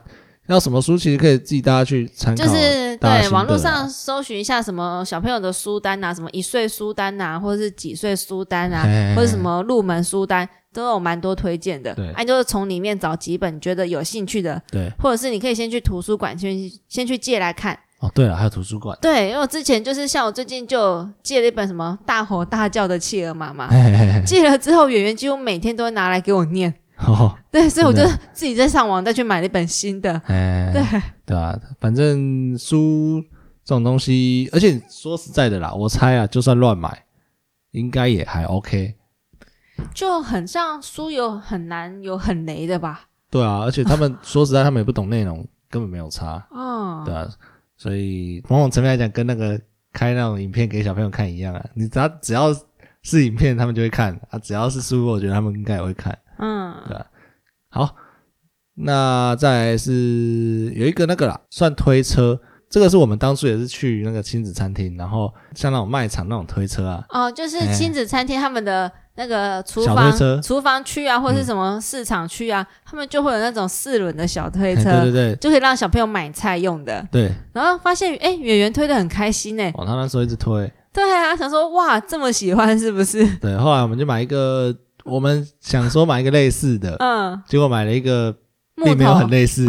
[SPEAKER 1] 要什么书其实可以自己大家去参考，
[SPEAKER 2] 就是
[SPEAKER 1] 大家
[SPEAKER 2] 对
[SPEAKER 1] 心得啊
[SPEAKER 2] 网络
[SPEAKER 1] 啦
[SPEAKER 2] 上搜寻一下什么小朋友的书单啊，什么一岁书单啊，或者是几岁书单啊，
[SPEAKER 1] 嘿
[SPEAKER 2] 或者什么入门书单，都有蛮多推荐的。
[SPEAKER 1] 对
[SPEAKER 2] 哎、就是从里面找几本你觉得有兴趣的，
[SPEAKER 1] 对
[SPEAKER 2] 或者是你可以先去图书馆先先去借来看。
[SPEAKER 1] 哦，对了，还有图书馆，
[SPEAKER 2] 对，因为我之前就是像我最近就借了一本什么大吼大叫的企鹅妈妈，
[SPEAKER 1] 嘿嘿嘿嘿
[SPEAKER 2] 借了之后，圆圆几乎每天都会拿来给我念。
[SPEAKER 1] 哦，
[SPEAKER 2] 对，所以我就
[SPEAKER 1] 真
[SPEAKER 2] 自己在上网再去买了一本新的。
[SPEAKER 1] 哎，
[SPEAKER 2] 对
[SPEAKER 1] 对啊，反正书这种东西，而且说实在的啦，我猜啊，就算乱买，应该也还 OK。
[SPEAKER 2] 就很像书有很难有很雷的吧？
[SPEAKER 1] 对啊，而且他
[SPEAKER 2] [laughs]
[SPEAKER 1] 们说实在，他们也不懂内容，根本没有差，
[SPEAKER 2] 哦，
[SPEAKER 1] 对啊。所以某种层面来讲，跟那个开那种影片给小朋友看一样啊，你只要只要是影片，他们就会看啊；只要是书，我觉得他们应该也会看。
[SPEAKER 2] 嗯，
[SPEAKER 1] 好，那再来是有一个那个啦，算推车。这个是我们当初也是去那个亲子餐厅，然后像那种卖场那种推车啊，
[SPEAKER 2] 哦，就是
[SPEAKER 1] 哎
[SPEAKER 2] 亲子餐厅他们的那个厨
[SPEAKER 1] 小推车
[SPEAKER 2] 房厨房区啊，或是什么市场区啊，他们就会有那种四轮的小推
[SPEAKER 1] 嘿 [laughs] 嗯对对
[SPEAKER 2] 车，
[SPEAKER 1] 对
[SPEAKER 2] 就可以让小朋友买菜用的。
[SPEAKER 1] 对，
[SPEAKER 2] 然后发现，哎，圆圆推的很开心呢。
[SPEAKER 1] 哦，他那时候一直推，
[SPEAKER 2] 对啊，想说哇，这么喜欢是不是？
[SPEAKER 1] 对，后来我们就买一个，我们想说买一个类似的，
[SPEAKER 2] 嗯，
[SPEAKER 1] 结果买了一个
[SPEAKER 2] 木
[SPEAKER 1] 并没有
[SPEAKER 2] 头
[SPEAKER 1] 很类
[SPEAKER 2] [laughs]
[SPEAKER 1] 似，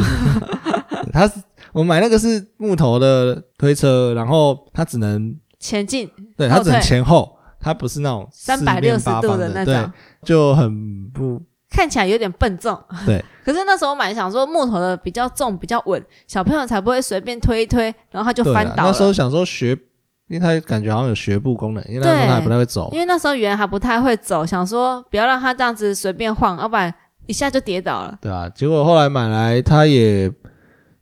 [SPEAKER 1] 它是我买那个是木头的推车，然后它只能
[SPEAKER 2] 前进
[SPEAKER 1] 对它
[SPEAKER 2] 后
[SPEAKER 1] 只能
[SPEAKER 2] 退
[SPEAKER 1] 前后，它不是那种四
[SPEAKER 2] 哦三百六
[SPEAKER 1] 面
[SPEAKER 2] 十
[SPEAKER 1] 八
[SPEAKER 2] 度
[SPEAKER 1] 方
[SPEAKER 2] 的那
[SPEAKER 1] 对
[SPEAKER 2] 种，，
[SPEAKER 1] 就很不
[SPEAKER 2] 看起来有点笨重。
[SPEAKER 1] 对，
[SPEAKER 2] [laughs] 可是那时候我买想说木头的比较重，比较稳，小朋友才不会随便推一推，然后他就
[SPEAKER 1] 对
[SPEAKER 2] 翻
[SPEAKER 1] 啊
[SPEAKER 2] 倒
[SPEAKER 1] 那时候
[SPEAKER 2] 了。
[SPEAKER 1] 想说学，因为他感觉好像有学步功能，因为那时候他也
[SPEAKER 2] 对
[SPEAKER 1] 不太会走
[SPEAKER 2] 因。为那时候圆还不太会走，想说不要让他这样子随便晃，要不然一下就跌倒了。
[SPEAKER 1] 对啊，结果后来买来他也，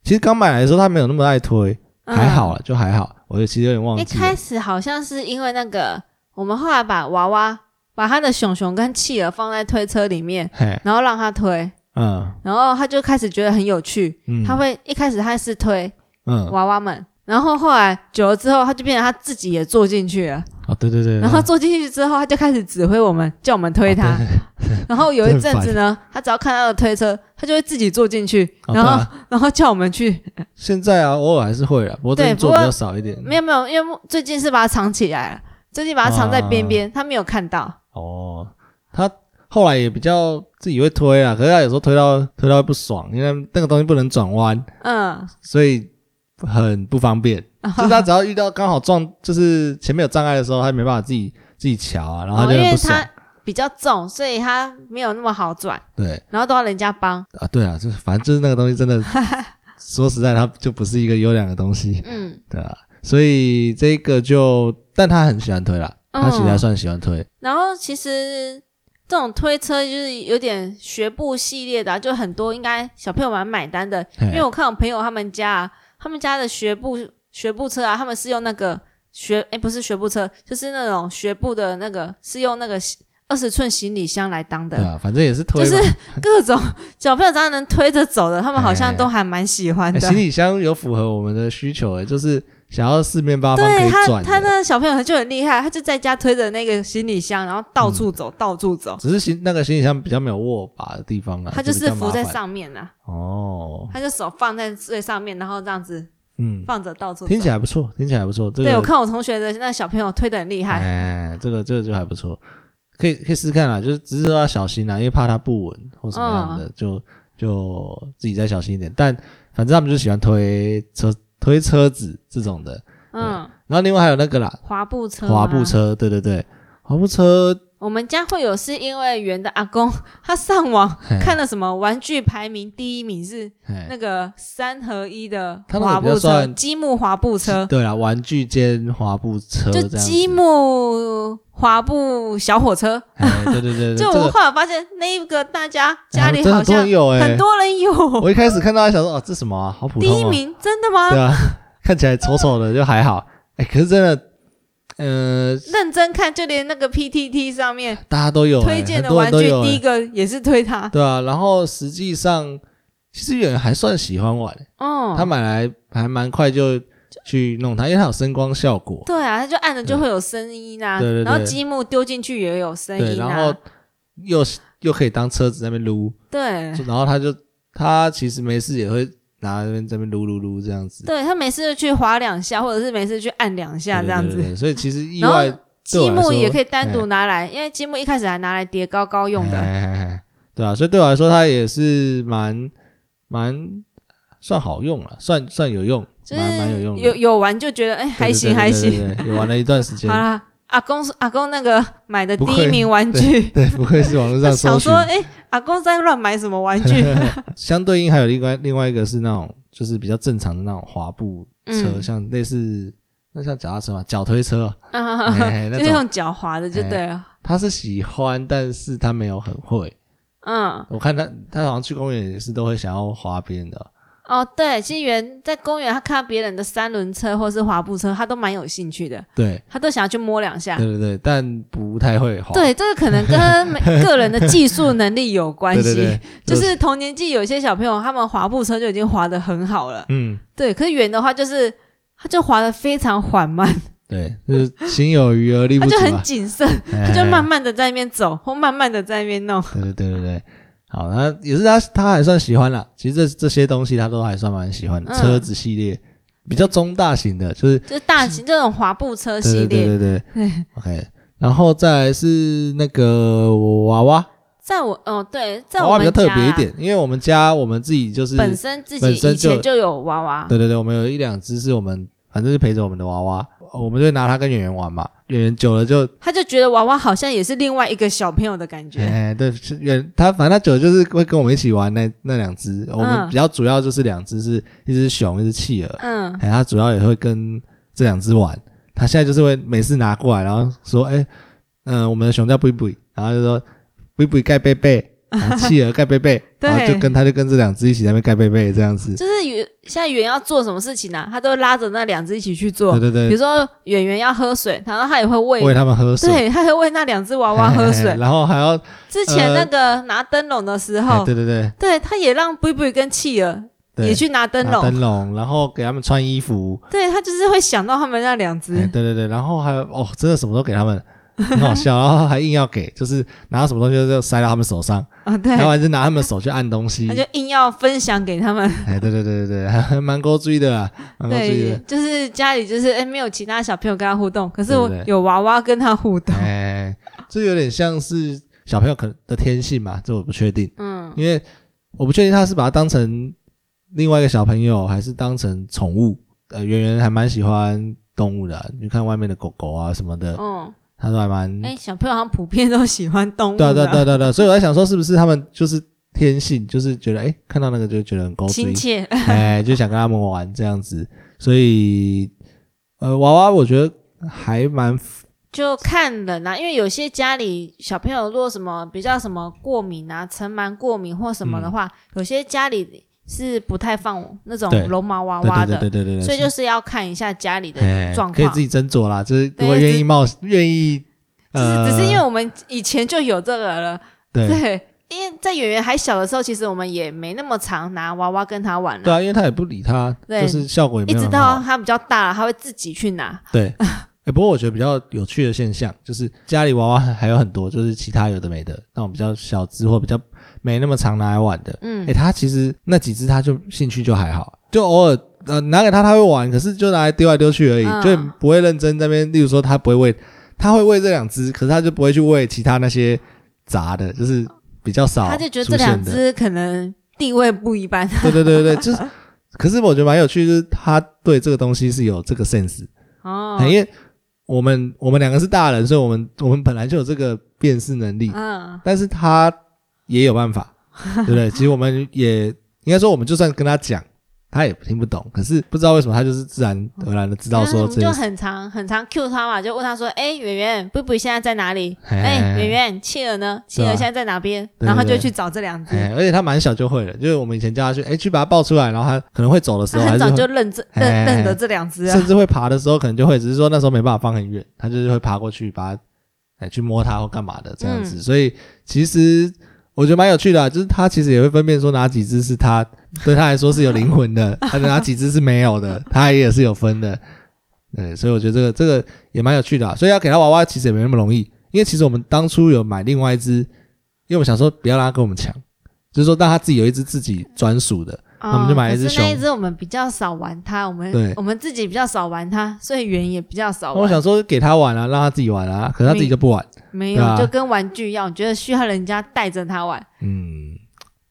[SPEAKER 1] 其实刚买来的时候他没有那么爱推，
[SPEAKER 2] 嗯
[SPEAKER 1] 还好。了，就还好。我就其实有点忘
[SPEAKER 2] 一
[SPEAKER 1] 记了
[SPEAKER 2] 开。始好像是因为那个，我们后来把娃娃、把他的熊熊跟企鹅放在推车里面，
[SPEAKER 1] 嘿，
[SPEAKER 2] 然后让他推，
[SPEAKER 1] 嗯
[SPEAKER 2] 然后他就开始觉得很有趣。
[SPEAKER 1] 嗯，
[SPEAKER 2] 他会一开始他是推
[SPEAKER 1] 嗯，
[SPEAKER 2] 娃娃们，然后后来久了之后，他就变成他自己也坐进去了。
[SPEAKER 1] 哦，对对对，哦
[SPEAKER 2] 然后坐进去之后，他就开始指挥我们，叫我们推他。
[SPEAKER 1] [laughs]
[SPEAKER 2] 然后有一阵子呢，他只要看到的推车，他就会自己坐进去，
[SPEAKER 1] 哦
[SPEAKER 2] 然后、
[SPEAKER 1] 对啊
[SPEAKER 2] 然后叫我们去。
[SPEAKER 1] 现在啊，偶尔还是会了，不过
[SPEAKER 2] 对
[SPEAKER 1] 最近
[SPEAKER 2] 不
[SPEAKER 1] 做比
[SPEAKER 2] 过
[SPEAKER 1] 较少一点。
[SPEAKER 2] 没有没有，因为目最近是把它藏起来了，最近把它藏在边边，他没有看到。
[SPEAKER 1] 哦，他后来也比较自己会推啊，可是他有时候推到推到会不爽，因为那个东西不能转弯，
[SPEAKER 2] 嗯，
[SPEAKER 1] 所以很不方便。 [laughs] 就是他只要遇到刚好撞，就是前面有障碍的时候，他没办法自己自己瞧啊，然后
[SPEAKER 2] 哦
[SPEAKER 1] 他就
[SPEAKER 2] 因
[SPEAKER 1] 很
[SPEAKER 2] 为
[SPEAKER 1] 不爽。
[SPEAKER 2] 他比较重，所以他没有那么好转，
[SPEAKER 1] 对
[SPEAKER 2] 然后都要人家帮。
[SPEAKER 1] 啊，对啊，就是反正就是那个东西真的， [laughs] 说实在，它就不是一个优良的东西，
[SPEAKER 2] 嗯，
[SPEAKER 1] 对啊。所以这个就，但他很喜欢推啦，他其实
[SPEAKER 2] 嗯
[SPEAKER 1] 还算喜欢推，
[SPEAKER 2] 然后其实。这种推车就是有点学步系列的啊、就很多应该小朋友蛮买单的，因为
[SPEAKER 1] 嘿
[SPEAKER 2] 我看我朋友他们家、啊，他们家的学步学步车啊，他们是用那个学诶，不是学步车，就是那种学步的那个，是用那个二十寸行李箱来当
[SPEAKER 1] 对
[SPEAKER 2] 的，
[SPEAKER 1] 啊，反正也是推
[SPEAKER 2] 就
[SPEAKER 1] 嘛。
[SPEAKER 2] 是各种小朋友只要能推着走的，他们好像都还蛮喜欢
[SPEAKER 1] 哎
[SPEAKER 2] 的。
[SPEAKER 1] 行李箱有符合我们的需求、欸， [laughs] 就是想要四面八方可
[SPEAKER 2] 对
[SPEAKER 1] 以
[SPEAKER 2] 他，
[SPEAKER 1] 转
[SPEAKER 2] 他
[SPEAKER 1] 的。
[SPEAKER 2] 那个小朋友就很厉害，他就在家推着那个行李箱，然后到处走，到处走，
[SPEAKER 1] 只是行那个行李箱比较没有握把的地方嗯啊，
[SPEAKER 2] 他
[SPEAKER 1] 就
[SPEAKER 2] 就
[SPEAKER 1] 比
[SPEAKER 2] 是
[SPEAKER 1] 较麻
[SPEAKER 2] 浮在
[SPEAKER 1] 烦
[SPEAKER 2] 上面啊，
[SPEAKER 1] 哦，
[SPEAKER 2] 他就手放在最上面，然后这样子
[SPEAKER 1] 嗯，
[SPEAKER 2] 放着到处走。
[SPEAKER 1] 听起来不错，听起来不错。这个
[SPEAKER 2] 对我看我同学的那个小朋友推的很厉害，
[SPEAKER 1] 哎，这个这个就还不错，可以可以试试看啦，就是只是说要小心啊啦，因为怕它不稳或什么样
[SPEAKER 2] 嗯
[SPEAKER 1] 的，就就自己再小心一点。但反正他们就喜欢推车推车子这种的，
[SPEAKER 2] 嗯。
[SPEAKER 1] 然后另外还有那个啦，
[SPEAKER 2] 滑步车，
[SPEAKER 1] 滑步，车，对对对，滑步车
[SPEAKER 2] 我们家会有是因为圆的阿公他上网
[SPEAKER 1] 嘿
[SPEAKER 2] 看了什么玩具排名第一名是
[SPEAKER 1] 嘿
[SPEAKER 2] 那个三合一的
[SPEAKER 1] 他那个
[SPEAKER 2] 滑
[SPEAKER 1] 比较
[SPEAKER 2] 步车，
[SPEAKER 1] 算
[SPEAKER 2] 积木滑步车，
[SPEAKER 1] 对啦，玩具兼滑步车这样
[SPEAKER 2] 就
[SPEAKER 1] 子，
[SPEAKER 2] 积木滑步小火车。
[SPEAKER 1] 哎，对对对，对
[SPEAKER 2] 就
[SPEAKER 1] 这
[SPEAKER 2] 我
[SPEAKER 1] 个
[SPEAKER 2] 后来发现那一个大家
[SPEAKER 1] 哎
[SPEAKER 2] 家里
[SPEAKER 1] 真的
[SPEAKER 2] 好
[SPEAKER 1] 很多
[SPEAKER 2] 像
[SPEAKER 1] 人有哎，
[SPEAKER 2] 很多人有
[SPEAKER 1] 我一开始看到还想说，哦，这什么啊，好普通、
[SPEAKER 2] 第
[SPEAKER 1] 哦。
[SPEAKER 2] 一名，真的吗
[SPEAKER 1] 对？啊， [laughs] 看起来丑丑的就还好。哎、可是真的，呃，
[SPEAKER 2] 认真看，就连那个 PTT 上面
[SPEAKER 1] 大家都有、哎
[SPEAKER 2] 推荐
[SPEAKER 1] 很
[SPEAKER 2] 的
[SPEAKER 1] 多
[SPEAKER 2] 玩
[SPEAKER 1] 人都
[SPEAKER 2] 具，
[SPEAKER 1] 有、
[SPEAKER 2] 第一
[SPEAKER 1] 哎
[SPEAKER 2] 个也是推它。
[SPEAKER 1] 对啊。然后实际上，其实有人还算喜欢玩、
[SPEAKER 2] 哦，
[SPEAKER 1] 他买来还蛮快就去弄它，因为它有声光效果。
[SPEAKER 2] 对啊，它就按了就会有声音啊，
[SPEAKER 1] 对对对
[SPEAKER 2] 然后积木丢进去也有声
[SPEAKER 1] 对，
[SPEAKER 2] 音
[SPEAKER 1] 然后
[SPEAKER 2] 啊，
[SPEAKER 1] 又又可以当车子在那边撸，
[SPEAKER 2] 对
[SPEAKER 1] 就然后他就他其实没事也会拿那边这边撸撸撸这样子，
[SPEAKER 2] 对，他每次就去滑两下，或者是每次去按两下
[SPEAKER 1] 对
[SPEAKER 2] 这样
[SPEAKER 1] 对对
[SPEAKER 2] 子。
[SPEAKER 1] 对所以其实意
[SPEAKER 2] 然后
[SPEAKER 1] 外对我
[SPEAKER 2] 积
[SPEAKER 1] 来
[SPEAKER 2] 木
[SPEAKER 1] 说
[SPEAKER 2] 也可以单独拿来，因为积木一开始还拿来叠高高用的。
[SPEAKER 1] 哎哎哎哎对啊，所以对我来说，它也是蛮蛮算好用了，算算有用，
[SPEAKER 2] 就是
[SPEAKER 1] 蛮蛮有用的，
[SPEAKER 2] 有有玩就觉得哎、还行
[SPEAKER 1] 对
[SPEAKER 2] 还，
[SPEAKER 1] 对对
[SPEAKER 2] 行，
[SPEAKER 1] 对对对也玩了一段时间
[SPEAKER 2] 好，啦，阿公阿公那个买的
[SPEAKER 1] 不
[SPEAKER 2] 第
[SPEAKER 1] 愧
[SPEAKER 2] 一名玩具，
[SPEAKER 1] 对，不愧是网络上搜
[SPEAKER 2] [laughs] 想
[SPEAKER 1] 寻
[SPEAKER 2] 说。哎、阿公在乱买什么玩具？
[SPEAKER 1] [laughs] 相对应还有另外另外一个是那种就是比较正常的那种滑步车，
[SPEAKER 2] 嗯
[SPEAKER 1] 像类似那像脚踏车嘛，脚推车哦，
[SPEAKER 2] [laughs] 啊，
[SPEAKER 1] 哎那
[SPEAKER 2] 就是
[SPEAKER 1] 种
[SPEAKER 2] 用脚滑的就对了。
[SPEAKER 1] 他是喜欢，但是他没有很会。哎
[SPEAKER 2] 嗯，
[SPEAKER 1] 我看他他好像去公园也是都会想要滑别人的，
[SPEAKER 2] 哦，对，其实原在公园，他看到别人的三轮车或是滑步车，他都蛮有兴趣的，
[SPEAKER 1] 对
[SPEAKER 2] 他都想要去摸两下
[SPEAKER 1] 对。对对，但不太会滑。
[SPEAKER 2] 对，这个可能跟每
[SPEAKER 1] [laughs]
[SPEAKER 2] 个人的技术能力有关
[SPEAKER 1] 对
[SPEAKER 2] 系。
[SPEAKER 1] 对对，
[SPEAKER 2] 就是同年纪有些小朋友，他们滑步车就已经滑得很好了。
[SPEAKER 1] 嗯，
[SPEAKER 2] 对，可是远的话就是，他就滑得非常缓慢，
[SPEAKER 1] 对，就是心有余而力
[SPEAKER 2] 他
[SPEAKER 1] 不足
[SPEAKER 2] 就很
[SPEAKER 1] 嘛，
[SPEAKER 2] 谨慎，
[SPEAKER 1] 哎
[SPEAKER 2] 他就慢。慢的在那边走，或慢慢的在那边弄。
[SPEAKER 1] 对对对对对，好，那也是他他还算喜欢啦。其实这这些东西他都还算蛮喜欢的，
[SPEAKER 2] 嗯
[SPEAKER 1] 车子系列比较中大型的，就是
[SPEAKER 2] 就是大型这种滑步车
[SPEAKER 1] 对
[SPEAKER 2] 系
[SPEAKER 1] 对
[SPEAKER 2] 列，
[SPEAKER 1] 对对对，OK。然
[SPEAKER 2] [laughs]
[SPEAKER 1] 后再来是那个娃娃，
[SPEAKER 2] 在我哦对，在
[SPEAKER 1] 娃
[SPEAKER 2] 我
[SPEAKER 1] 娃比
[SPEAKER 2] 们
[SPEAKER 1] 较特
[SPEAKER 2] 家
[SPEAKER 1] 别一
[SPEAKER 2] 啊
[SPEAKER 1] 点，因为我们家我们自己就是，
[SPEAKER 2] 本身自己
[SPEAKER 1] 本身
[SPEAKER 2] 以前
[SPEAKER 1] 就
[SPEAKER 2] 就有娃娃，
[SPEAKER 1] 对对对，我们有一两只是我们反正是陪着我们的娃娃，我们就拿它跟圆圆玩嘛，圆圆久了就
[SPEAKER 2] 他就觉得娃娃好像也是另外一个小朋友的感觉。
[SPEAKER 1] 哎、对，是远他反正他久了就是会跟我们一起玩那那两只，我们
[SPEAKER 2] 嗯
[SPEAKER 1] 比较主要就是两只是一只熊，一只企鹅，
[SPEAKER 2] 嗯，
[SPEAKER 1] 哎、他主要也会跟这两只玩。他现在就是会每次拿过来，然后说，哎、嗯、我们的熊叫布布，然后就说布布盖贝贝，然后企鹅盖贝贝，
[SPEAKER 2] [laughs] 对
[SPEAKER 1] 然后就跟他就跟这两只一起在那边盖贝贝这样子。
[SPEAKER 2] 就是圆现在圆要做什么事情呢、他都拉着那两只一起去做
[SPEAKER 1] 对。对
[SPEAKER 2] 比
[SPEAKER 1] 对，
[SPEAKER 2] 如说圆圆要喝水，然后他也会喂，
[SPEAKER 1] 喂他们喝水，
[SPEAKER 2] 对，他会喂那两只娃娃喝
[SPEAKER 1] 嘿嘿嘿
[SPEAKER 2] 水。
[SPEAKER 1] [laughs] 然后还要，
[SPEAKER 2] 之前
[SPEAKER 1] 呃
[SPEAKER 2] 那个拿灯笼的时
[SPEAKER 1] 哎
[SPEAKER 2] 候，
[SPEAKER 1] 对对对
[SPEAKER 2] 对，他也让布布跟企鹅
[SPEAKER 1] 对，
[SPEAKER 2] 哦也去拿灯
[SPEAKER 1] 拿
[SPEAKER 2] 笼，
[SPEAKER 1] 灯笼，然后给他们穿衣服，
[SPEAKER 2] 对他就是会想到他们那两只
[SPEAKER 1] 哎，，对对对，然后还有哦，真的什么都给他们，很好
[SPEAKER 2] [laughs]
[SPEAKER 1] 笑，然后还硬要给，就是拿什么东西就塞到他们手上，
[SPEAKER 2] 啊，对，
[SPEAKER 1] 然后还是拿他们手去按东西
[SPEAKER 2] 他，就硬要分享给他们。
[SPEAKER 1] 哎，对对对对对，还 [laughs] 还蛮勾追的啦，蛮勾追
[SPEAKER 2] 对
[SPEAKER 1] 的，，
[SPEAKER 2] 就是家里就是哎、没有其他小朋友跟他互动，可是我
[SPEAKER 1] 对对对
[SPEAKER 2] 有娃娃跟他互动。
[SPEAKER 1] 哎，这有点像是小朋友可能的天性吧，这我不确定，
[SPEAKER 2] 嗯，
[SPEAKER 1] 因为我不确定他是把他当成另外一个小朋友，还是当成宠物。呃，圆圆还蛮喜欢动物的啊、你看外面的狗狗啊什么的，
[SPEAKER 2] 哦，
[SPEAKER 1] 他都还蛮
[SPEAKER 2] 哎、小朋友好像普遍都喜欢动物
[SPEAKER 1] 嗯对啊，对
[SPEAKER 2] 的，
[SPEAKER 1] 啊对啊对啊对啊，所以我在想说，是不是他们就是天性，就是觉得哎、诶看到那个就觉得很勾
[SPEAKER 2] 亲
[SPEAKER 1] 追，
[SPEAKER 2] 切。 [laughs]
[SPEAKER 1] 哎、就想跟他们玩这样子。所以，呃，娃娃我觉得还蛮
[SPEAKER 2] 就看人啊，因为有些家里小朋友如果什么比较什么过敏啊、尘螨过敏或什么的话，有些家里是不太放那种
[SPEAKER 1] 嗯对
[SPEAKER 2] 绒毛娃
[SPEAKER 1] 对
[SPEAKER 2] 娃
[SPEAKER 1] 对
[SPEAKER 2] 的，
[SPEAKER 1] 对对对对，
[SPEAKER 2] 所以就是要看一下家里的
[SPEAKER 1] 哎
[SPEAKER 2] 状
[SPEAKER 1] 可以
[SPEAKER 2] 况。
[SPEAKER 1] 自己斟酌啦，就是如果
[SPEAKER 2] 对
[SPEAKER 1] 愿
[SPEAKER 2] 只
[SPEAKER 1] 意冒愿意，
[SPEAKER 2] 只是
[SPEAKER 1] 呃，
[SPEAKER 2] 只是因为我们以前就有这个了，
[SPEAKER 1] 对
[SPEAKER 2] 对，因为在圆圆还小的时候，其实我们也没那么常拿娃娃跟他玩了。
[SPEAKER 1] 对啊，因为他也不理他，
[SPEAKER 2] 对
[SPEAKER 1] 就是效果也没
[SPEAKER 2] 一
[SPEAKER 1] 有
[SPEAKER 2] 直
[SPEAKER 1] 很
[SPEAKER 2] 到
[SPEAKER 1] 好。
[SPEAKER 2] 他比较大了，他会自己去拿。
[SPEAKER 1] 对， [laughs] 哎，不过我觉得比较有趣的现象就是家里娃娃还有很多，就是其他有的没的那种比较小只或比较没那么常拿来玩的，
[SPEAKER 2] 嗯
[SPEAKER 1] 哎、，欸，他其实那几只他就兴趣就还好，就偶尔呃拿给他他会玩，可是就拿来丢来丢去而已，
[SPEAKER 2] 嗯
[SPEAKER 1] 就也不会认真在那边。例如说他不会喂，他会喂这两只，可是他就不会去喂其他那些杂的，就是比较少
[SPEAKER 2] 他就觉得这两
[SPEAKER 1] 出现的，
[SPEAKER 2] 只可能地位不一般。
[SPEAKER 1] 对对对对对，就是。可是我觉得蛮有趣，就是他对这个东西是有这个 sense，、
[SPEAKER 2] 哦，
[SPEAKER 1] 哎因为我们我们两个是大人，所以我们我们本来就有这个辨识能力，
[SPEAKER 2] 嗯，
[SPEAKER 1] 但是他也有办
[SPEAKER 2] [laughs]
[SPEAKER 1] 法，对不对？其实我们也应该说，我们就算跟他讲，他也听不懂。可是不知道为什么，他就是自然而然的知道
[SPEAKER 2] 就是
[SPEAKER 1] 说
[SPEAKER 2] 我
[SPEAKER 1] 这
[SPEAKER 2] 们嗯就
[SPEAKER 1] 件事。
[SPEAKER 2] 很常很常 Q 他嘛，就问他说：“哎，圆圆，布布现在在哪里？
[SPEAKER 1] 嘿
[SPEAKER 2] 哎，
[SPEAKER 1] 嘿嘿
[SPEAKER 2] 圆圆，企鹅呢？企
[SPEAKER 1] 对
[SPEAKER 2] 鹅
[SPEAKER 1] 啊
[SPEAKER 2] 现在在哪边？”
[SPEAKER 1] 对
[SPEAKER 2] 然后他就
[SPEAKER 1] 对对
[SPEAKER 2] 去找这两只，
[SPEAKER 1] 哎，而且他蛮小就会了，就是我们以前叫他去，哎，去把他抱出来，然后他可能会走的时
[SPEAKER 2] 他
[SPEAKER 1] 候，
[SPEAKER 2] 很
[SPEAKER 1] 还是
[SPEAKER 2] 早
[SPEAKER 1] 会哎
[SPEAKER 2] 就认这
[SPEAKER 1] 嘿
[SPEAKER 2] 认
[SPEAKER 1] 嘿嘿
[SPEAKER 2] 认得这两只啊
[SPEAKER 1] 甚。至会爬的时候，可能就会，只是说那时候没办法放很远，他就是会爬过去，把它哎去摸它或干嘛的这样子。所以其实我觉得蛮有趣的啊、就是他其实也会分辨说哪几只是他对他来说是有灵魂的，他哪几只是没有的，他也是有分的。对，所以我觉得这个这个也蛮有趣的啊、所以要给他娃娃其实也没那么容易，因为其实我们当初有买另外一只，因为我们想说不要让他跟我们抢，就是说让他自己有一只自己专属的。
[SPEAKER 2] 哦
[SPEAKER 1] 我们就买了一只
[SPEAKER 2] 可是那一
[SPEAKER 1] 熊
[SPEAKER 2] 只我们比较少玩它，我们
[SPEAKER 1] 对
[SPEAKER 2] 我们自己比较少玩它，所以圆也比较少
[SPEAKER 1] 那我
[SPEAKER 2] 玩。
[SPEAKER 1] 想说给他玩啊，让他自己玩啊，可是他自己就不玩。
[SPEAKER 2] 没有
[SPEAKER 1] 对，啊
[SPEAKER 2] 就跟玩具一样，我觉得需要人家带着它玩。
[SPEAKER 1] 嗯，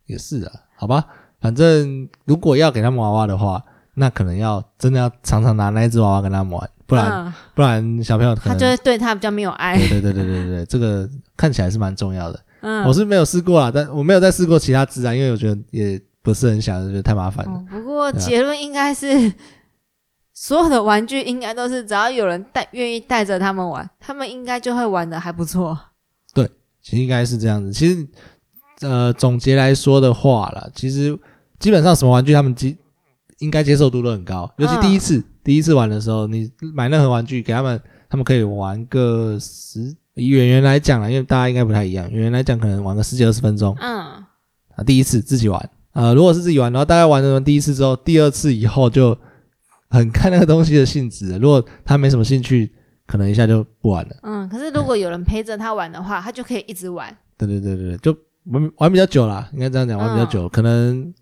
[SPEAKER 1] 也是啊，好吧，反正如果要给他们娃娃的话，那可能要真的要常常拿那一只娃娃跟他们玩，不然、
[SPEAKER 2] 嗯
[SPEAKER 1] 不然小朋友可
[SPEAKER 2] 他
[SPEAKER 1] 能 [laughs]
[SPEAKER 2] 就会对它比较没有爱。
[SPEAKER 1] 对对对对对对，这个看起来是蛮重要的。
[SPEAKER 2] 嗯，
[SPEAKER 1] 我是没有试过啊，但我没有再试过其他只啊，因为我觉得也不是很想，觉得太麻烦了。
[SPEAKER 2] 哦不过
[SPEAKER 1] 对啊
[SPEAKER 2] 结论应该是，所有的玩具应该都是只要有人带愿意带着他们玩，他们应该就会玩的还不错。
[SPEAKER 1] 其实应该是这样子。其实，呃，总结来说的话啦，其实基本上什么玩具他们接应该接受度都很高，尤其第一次、第一次玩的时候，你买任何玩具给他们，他们可以玩个十。以圆圆来讲啦，因为大家应该不太一样。圆圆来讲，可能玩个十几二十分钟
[SPEAKER 2] 嗯，
[SPEAKER 1] 啊，第一次自己玩。呃，如果是自己玩，然后大概玩完第一次之后，第二次以后就很看那个东西的性质了。如果他没什么兴趣，可能一下就不玩了。
[SPEAKER 2] 嗯，可是如果有人陪着他玩的话，他就可以一直玩。
[SPEAKER 1] 对对对对对，就玩玩比较久啦，应该这样讲，玩比较
[SPEAKER 2] 嗯
[SPEAKER 1] 久，可能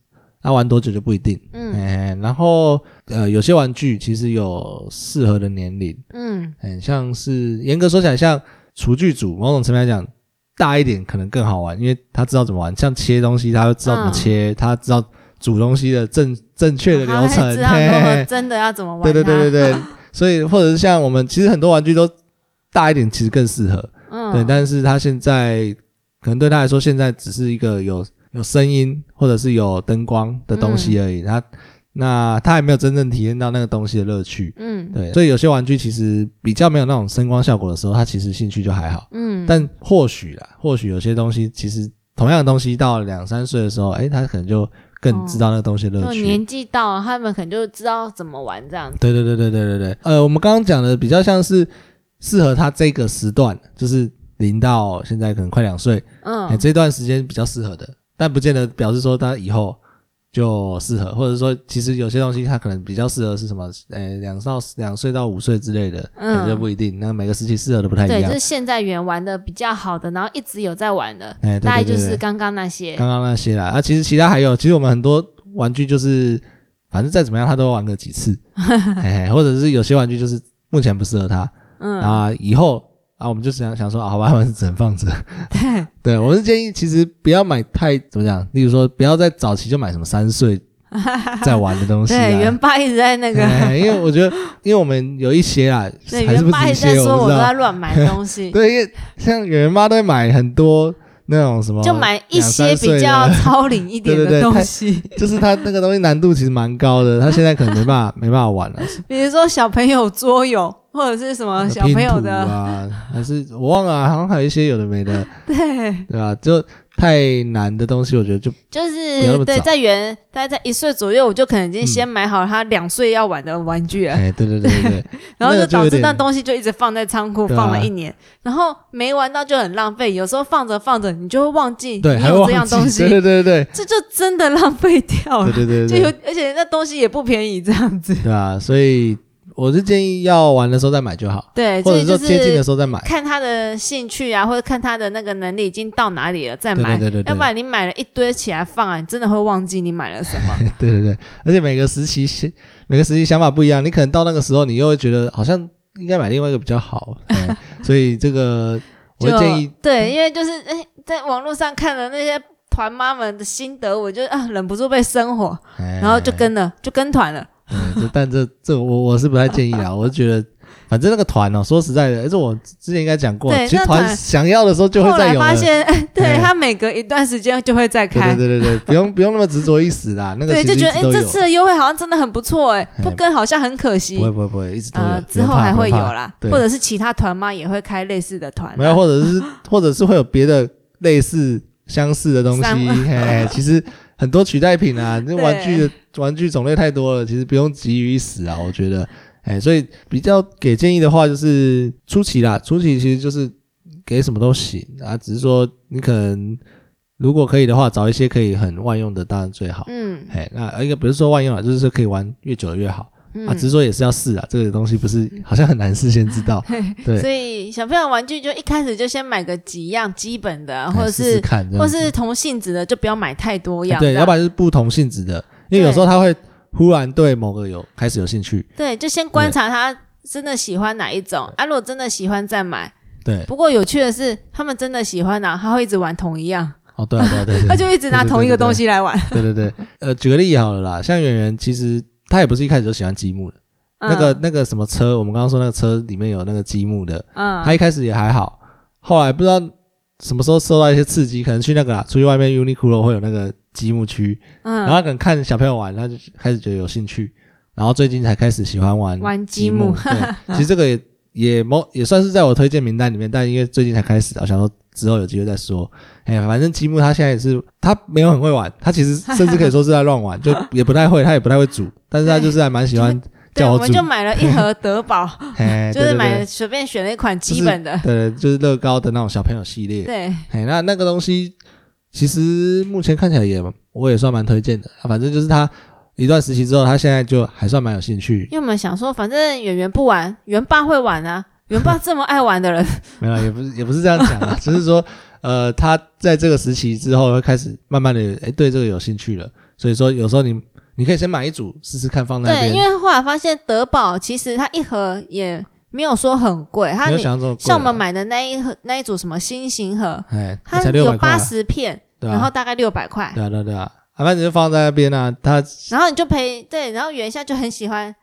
[SPEAKER 1] 他、玩多久就不一定。
[SPEAKER 2] 嗯
[SPEAKER 1] 哎、然后呃，有些玩具其实有适合的年龄，
[SPEAKER 2] 嗯
[SPEAKER 1] 嗯、像是严格说起来，像厨具组，某种层面来讲，大一点可能更好玩，因为他知道怎么玩，像切东西，他会知道怎
[SPEAKER 2] 嗯
[SPEAKER 1] 么切，他知道煮东西的正正确
[SPEAKER 2] [laughs]
[SPEAKER 1] 的
[SPEAKER 2] 他
[SPEAKER 1] 流
[SPEAKER 2] 会
[SPEAKER 1] 程，
[SPEAKER 2] 啊知道
[SPEAKER 1] 嘿嘿
[SPEAKER 2] 说
[SPEAKER 1] 嘿
[SPEAKER 2] 真的要怎么 [laughs] 玩。啊
[SPEAKER 1] 对对对对，对，所以或者是像我们其实很多玩具都大一点，其实更适合。
[SPEAKER 2] 嗯，
[SPEAKER 1] 对，但是他现在可能对他来说，现在只是一个有有声音或者是有灯光的东西
[SPEAKER 2] 嗯
[SPEAKER 1] 而已。他那他还没有真正体验到那个东西的乐趣。
[SPEAKER 2] 嗯
[SPEAKER 1] 对，所以有些玩具其实比较没有那种声光效果的时候，他其实兴趣就还好。
[SPEAKER 2] 嗯，
[SPEAKER 1] 但或许啦，或许有些东西其实同样的东西到两三岁的时候，哎，他可能就更知道那个东西的
[SPEAKER 2] 如
[SPEAKER 1] 乐
[SPEAKER 2] 果
[SPEAKER 1] 趣。
[SPEAKER 2] 哦年纪到了，他们可能就知道怎么玩这样子。
[SPEAKER 1] 对对对对对对对，呃，我们刚刚讲的比较像是适合他这个时段，就是零到现在可能快两岁，哎、
[SPEAKER 2] 嗯
[SPEAKER 1] 这段时间比较适合的，但不见得表示说他以后就适合，或者说其实有些东西它可能比较适合是什么？呃，两到两岁到五岁之类的，
[SPEAKER 2] 嗯
[SPEAKER 1] 嗯，就不一定。那每个时期适合的不太一
[SPEAKER 2] 对，就
[SPEAKER 1] 样
[SPEAKER 2] 是。现在原玩的比较好的，然后一直有在玩的，
[SPEAKER 1] 哎，对
[SPEAKER 2] 大概
[SPEAKER 1] 对
[SPEAKER 2] 就
[SPEAKER 1] 对
[SPEAKER 2] 是
[SPEAKER 1] 对，
[SPEAKER 2] 刚刚那些。
[SPEAKER 1] 刚刚那些啦。啊，其实其他还有，其实我们很多玩具就是，反正再怎么样他都玩个几
[SPEAKER 2] [laughs]
[SPEAKER 1] 次，哎，或者是有些玩具就是目前不适合他，
[SPEAKER 2] 嗯，
[SPEAKER 1] 啊，以后啊，我们就想想说，啊，好吧，我们只能放着。
[SPEAKER 2] [laughs] 对，
[SPEAKER 1] 对，我是建议其实不要买太怎么讲，例如说不要在早期就买什么三
[SPEAKER 2] [laughs]
[SPEAKER 1] 岁在玩的东西、啊。
[SPEAKER 2] 对，
[SPEAKER 1] [laughs]
[SPEAKER 2] 元爸一直在那个，
[SPEAKER 1] 哎因为我觉得，因为我们有一些啊，
[SPEAKER 2] [laughs] 对，
[SPEAKER 1] 还是
[SPEAKER 2] 元
[SPEAKER 1] 不
[SPEAKER 2] 爸
[SPEAKER 1] 止
[SPEAKER 2] 一
[SPEAKER 1] 一
[SPEAKER 2] 直在
[SPEAKER 1] 些，
[SPEAKER 2] 说
[SPEAKER 1] 我
[SPEAKER 2] 我
[SPEAKER 1] 不
[SPEAKER 2] 都
[SPEAKER 1] 知
[SPEAKER 2] 在
[SPEAKER 1] 道。
[SPEAKER 2] 乱买东西，
[SPEAKER 1] [laughs] 对，因为像圆圆妈都会买很多那种什么，
[SPEAKER 2] 就买一些
[SPEAKER 1] 两三岁
[SPEAKER 2] 比
[SPEAKER 1] 的
[SPEAKER 2] 较超龄一
[SPEAKER 1] [laughs]
[SPEAKER 2] 点
[SPEAKER 1] 对
[SPEAKER 2] 的
[SPEAKER 1] 对对
[SPEAKER 2] 东西，
[SPEAKER 1] 就是她那个东西难度其实蛮高的，她现在可能没办法没办法玩了、
[SPEAKER 2] 比如说小朋友桌游或者是什么哦小
[SPEAKER 1] 拼
[SPEAKER 2] 朋友
[SPEAKER 1] 图
[SPEAKER 2] 的，
[SPEAKER 1] 啊，还是我忘了啊、好像还有一些有的没的，
[SPEAKER 2] [laughs] 对，
[SPEAKER 1] 对吧？就太难的东西，我觉得就
[SPEAKER 2] 就
[SPEAKER 1] 不要那
[SPEAKER 2] 是
[SPEAKER 1] 么
[SPEAKER 2] 对，
[SPEAKER 1] 早
[SPEAKER 2] 在原大概在一岁左右，我就可能已经
[SPEAKER 1] 嗯
[SPEAKER 2] 先买好他两岁要玩的玩具了，
[SPEAKER 1] 哎，对对对
[SPEAKER 2] [laughs]
[SPEAKER 1] 对对，
[SPEAKER 2] 然后
[SPEAKER 1] 那
[SPEAKER 2] 就
[SPEAKER 1] 个
[SPEAKER 2] 导
[SPEAKER 1] 有
[SPEAKER 2] 致那
[SPEAKER 1] 点
[SPEAKER 2] 东西就一直放在仓库
[SPEAKER 1] 对
[SPEAKER 2] 放了
[SPEAKER 1] 啊
[SPEAKER 2] 一年，然后没玩到就很浪费，有时候放着放着你就会忘记
[SPEAKER 1] 对，
[SPEAKER 2] 你
[SPEAKER 1] 还
[SPEAKER 2] 有
[SPEAKER 1] 忘
[SPEAKER 2] 这样
[SPEAKER 1] 记
[SPEAKER 2] 东西，
[SPEAKER 1] 对对对对
[SPEAKER 2] 这就真的浪费掉
[SPEAKER 1] 对
[SPEAKER 2] 了，
[SPEAKER 1] 对对
[SPEAKER 2] 哦就
[SPEAKER 1] 对
[SPEAKER 2] 有
[SPEAKER 1] 对，
[SPEAKER 2] 而且那东西也不便宜这样子。
[SPEAKER 1] 对啊，所以我是建议要玩的时候再买就好，
[SPEAKER 2] 对，
[SPEAKER 1] 或
[SPEAKER 2] 哎所
[SPEAKER 1] 者
[SPEAKER 2] 以就
[SPEAKER 1] 说接近的
[SPEAKER 2] 是
[SPEAKER 1] 时候再买。 [laughs]
[SPEAKER 2] 看他的兴趣啊，或者看他的那个能力已经到哪里了再买。
[SPEAKER 1] 对对对对对
[SPEAKER 2] 要不然你买了一堆起来放啊，你真的会忘记你买了什么。
[SPEAKER 1] 对对对，而且每个时期想每个时期想法不一样，你可能到那个时候，你又会觉得好像应该买另外一个比较好，
[SPEAKER 2] [laughs]
[SPEAKER 1] 哎所以这个 [laughs] 我
[SPEAKER 2] 就
[SPEAKER 1] 会建议，
[SPEAKER 2] 对，因为就是哎，在网络上看了那些团妈们的心得，我就啊忍不住被生火，
[SPEAKER 1] 哎
[SPEAKER 2] 然后就跟了，就跟团了。
[SPEAKER 1] 嗯这但这这我我是不太建议啦，我是觉得反正那个团哦，说实在的，这我之前应该讲过，
[SPEAKER 2] 对
[SPEAKER 1] 其实
[SPEAKER 2] 那团
[SPEAKER 1] 团想要的时候就会
[SPEAKER 2] 后
[SPEAKER 1] 再
[SPEAKER 2] 来
[SPEAKER 1] 有
[SPEAKER 2] 发
[SPEAKER 1] 了。
[SPEAKER 2] 现，哎
[SPEAKER 1] [laughs]
[SPEAKER 2] 对
[SPEAKER 1] 哎
[SPEAKER 2] 他每隔一段时间就会再
[SPEAKER 1] 对
[SPEAKER 2] 开，
[SPEAKER 1] 对对对对，不用不用那么执着于死啦，那个
[SPEAKER 2] 对，
[SPEAKER 1] 其实
[SPEAKER 2] 就觉得哎
[SPEAKER 1] 一直，都
[SPEAKER 2] 这
[SPEAKER 1] 有
[SPEAKER 2] 次的优惠好像真的很不错哎，不跟好像很可惜
[SPEAKER 1] 不会。不会不会，一直都有，
[SPEAKER 2] 呃，
[SPEAKER 1] 不
[SPEAKER 2] 之
[SPEAKER 1] 用
[SPEAKER 2] 后
[SPEAKER 1] 怕
[SPEAKER 2] 还
[SPEAKER 1] 不
[SPEAKER 2] 会
[SPEAKER 1] 用
[SPEAKER 2] 有
[SPEAKER 1] 怕
[SPEAKER 2] 啦，
[SPEAKER 1] 对
[SPEAKER 2] 或者是其他团妈也会开类似的团啊，
[SPEAKER 1] 没有，或者是 [laughs] 或者是会有别的类似相似的东西。
[SPEAKER 2] 三 [laughs]
[SPEAKER 1] 嘿，其实很多取代品啊，那玩具的玩具种类太多了，其实不用急于一死啊，我觉得。哎，所以比较给建议的话，就是初期啦，初期其实就是给什么都行啊，只是说你可能如果可以的话，找一些可以很万用的，当然最好。
[SPEAKER 2] 嗯
[SPEAKER 1] 哎，那应该不是说万用啊，就是说可以玩越久的越好啊，只
[SPEAKER 2] 嗯，
[SPEAKER 1] 是说也是要试啊，这个东西不是好像很难事先知
[SPEAKER 2] [laughs]
[SPEAKER 1] 道，对，
[SPEAKER 2] 所以小朋友玩具就一开始就先买个几样基本的，
[SPEAKER 1] 哎
[SPEAKER 2] 啊或者
[SPEAKER 1] 试试
[SPEAKER 2] 是
[SPEAKER 1] 看这样
[SPEAKER 2] 或
[SPEAKER 1] 子
[SPEAKER 2] 是同性质的，就不要买太多样，
[SPEAKER 1] 对，
[SPEAKER 2] 这
[SPEAKER 1] 要
[SPEAKER 2] 样
[SPEAKER 1] 不然就是不同性质的，因为有时候他会忽然对某个有开始有兴趣，
[SPEAKER 2] 对，就先观察他真的喜欢哪一种啊，如果真的喜欢再买。
[SPEAKER 1] 对，
[SPEAKER 2] 不过有趣的是，他们真的喜欢啊，他会一直玩同一样，
[SPEAKER 1] 哦，对啊对啊对啊，对
[SPEAKER 2] 他
[SPEAKER 1] 啊
[SPEAKER 2] 就一直拿同一个东西来玩。
[SPEAKER 1] 对对对，呃，举个例好了啦，像圆圆其实他也不是一开始就喜欢积木的，
[SPEAKER 2] 嗯
[SPEAKER 1] 那个那个什么车，我们刚刚说那个车里面有那个积木的，
[SPEAKER 2] 嗯，
[SPEAKER 1] 他一开始也还好，后来不知道什么时候受到一些刺激，可能去那个啦，出去外面 Uniqlo 会有那个积木区，
[SPEAKER 2] 嗯，
[SPEAKER 1] 然后可能看小朋友玩，他就开始觉得有兴趣，然后最近才开始喜欢玩
[SPEAKER 2] 玩积
[SPEAKER 1] 积
[SPEAKER 2] 木
[SPEAKER 1] [laughs] 木。
[SPEAKER 2] [laughs]
[SPEAKER 1] 对，其实这个也也某也算是在我推荐名单里面，但因为最近才开始，我想说之后有机会再说。哎呀，反正积木他现在也是，他没有很会玩，他其实甚至可以说是在乱
[SPEAKER 2] [laughs]
[SPEAKER 1] 玩，就也不太会，他也不太会煮，但是他就是还蛮喜欢
[SPEAKER 2] 对，
[SPEAKER 1] 叫
[SPEAKER 2] 我
[SPEAKER 1] 我
[SPEAKER 2] 们
[SPEAKER 1] 煮
[SPEAKER 2] 就，买了一盒德宝，
[SPEAKER 1] [laughs] 哎，
[SPEAKER 2] 就
[SPEAKER 1] 对
[SPEAKER 2] 是
[SPEAKER 1] 对
[SPEAKER 2] 买
[SPEAKER 1] 对
[SPEAKER 2] 随便选了一款基本的，
[SPEAKER 1] 对，就是乐高的那种小朋友系列。
[SPEAKER 2] 对，
[SPEAKER 1] 哎，那那个东西其实目前看起来也我也算蛮推荐的、啊反正就是他一段实习之后，他现在就还算蛮有兴趣
[SPEAKER 2] 因。为我们想说，反正圆圆不玩，圆爸会玩啊，圆爸这么爱玩的人，
[SPEAKER 1] 没有，也不是也不是这样讲
[SPEAKER 2] [laughs]
[SPEAKER 1] 啊，只是说呃，他在这个时期之后会开始慢慢的哎对这个有兴趣了，所以说有时候你你可以先买一组试试看放 [laughs] 在那
[SPEAKER 2] 对，因
[SPEAKER 1] 边，
[SPEAKER 2] 为后来发现德宝其实它一盒也没有说很贵，它
[SPEAKER 1] 没有
[SPEAKER 2] 你
[SPEAKER 1] 想象中的贵啊
[SPEAKER 2] 像我们买的那一盒那一组什么星形盒，
[SPEAKER 1] 哎，
[SPEAKER 2] 它
[SPEAKER 1] 才六
[SPEAKER 2] 有
[SPEAKER 1] 百块啊、
[SPEAKER 2] 八十片，
[SPEAKER 1] 对啊，
[SPEAKER 2] 然后大概六百块，
[SPEAKER 1] 对啊对啊对啊，啊反正就放在那边啊，他
[SPEAKER 2] 然后你就陪对，然后圆夏就很喜欢，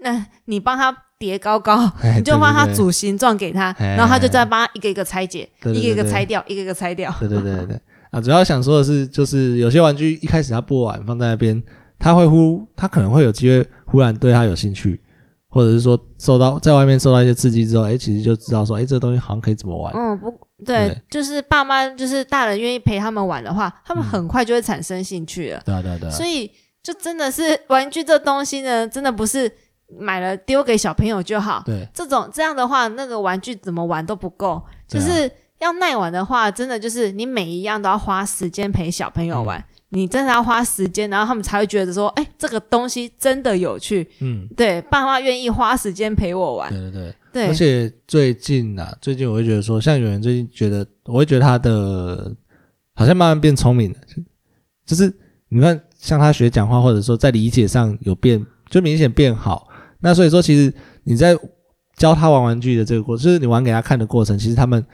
[SPEAKER 2] 那你帮他叠高高，
[SPEAKER 1] 哎
[SPEAKER 2] 你就帮他
[SPEAKER 1] 对对对
[SPEAKER 2] 组形状给他，
[SPEAKER 1] 哎
[SPEAKER 2] 然后他就再帮他一个一个拆解，
[SPEAKER 1] 对对对
[SPEAKER 2] 一个一个
[SPEAKER 1] 对
[SPEAKER 2] 拆掉，一个一个拆掉。
[SPEAKER 1] 对对对对对啊！主要想说的是，就是有些玩具一开始他不玩，放在那边，他会忽他可能会有机会忽然对他有兴趣，或者是说受到在外面受到一些刺激之后，哎，其实就知道说，哎，这个东西好像可以怎么玩。
[SPEAKER 2] [laughs] 嗯，不对，
[SPEAKER 1] 对
[SPEAKER 2] 就是爸妈就是大人愿意陪他们玩的话，他们很快就会产生兴趣了。
[SPEAKER 1] 对啊对嗯啊对啊
[SPEAKER 2] 所，以就真的是玩具这东西呢，真的不是买了丢给小朋友就好。
[SPEAKER 1] 对
[SPEAKER 2] 这种这样的话，那个玩具怎么玩都不够，就
[SPEAKER 1] 对啊
[SPEAKER 2] 是要耐玩的话，真的就是你每一样都要花时间陪小朋友
[SPEAKER 1] 嗯
[SPEAKER 2] 玩，你真的要花时间，然后他们才会觉得说，哎，这个东西真的有趣，
[SPEAKER 1] 嗯，
[SPEAKER 2] 对，爸妈愿意花时间陪我玩，
[SPEAKER 1] 对对对。
[SPEAKER 2] 对
[SPEAKER 1] 而，且最近啊，最近我会觉得说，像有人最近觉得，我会觉得他的好像慢慢变聪明了，就就是你看，像他学讲话，或者说在理解上有变，就明显变好。那所以说，其实你在教他玩玩具的这个过，就是你玩给他看的过程，其实他们，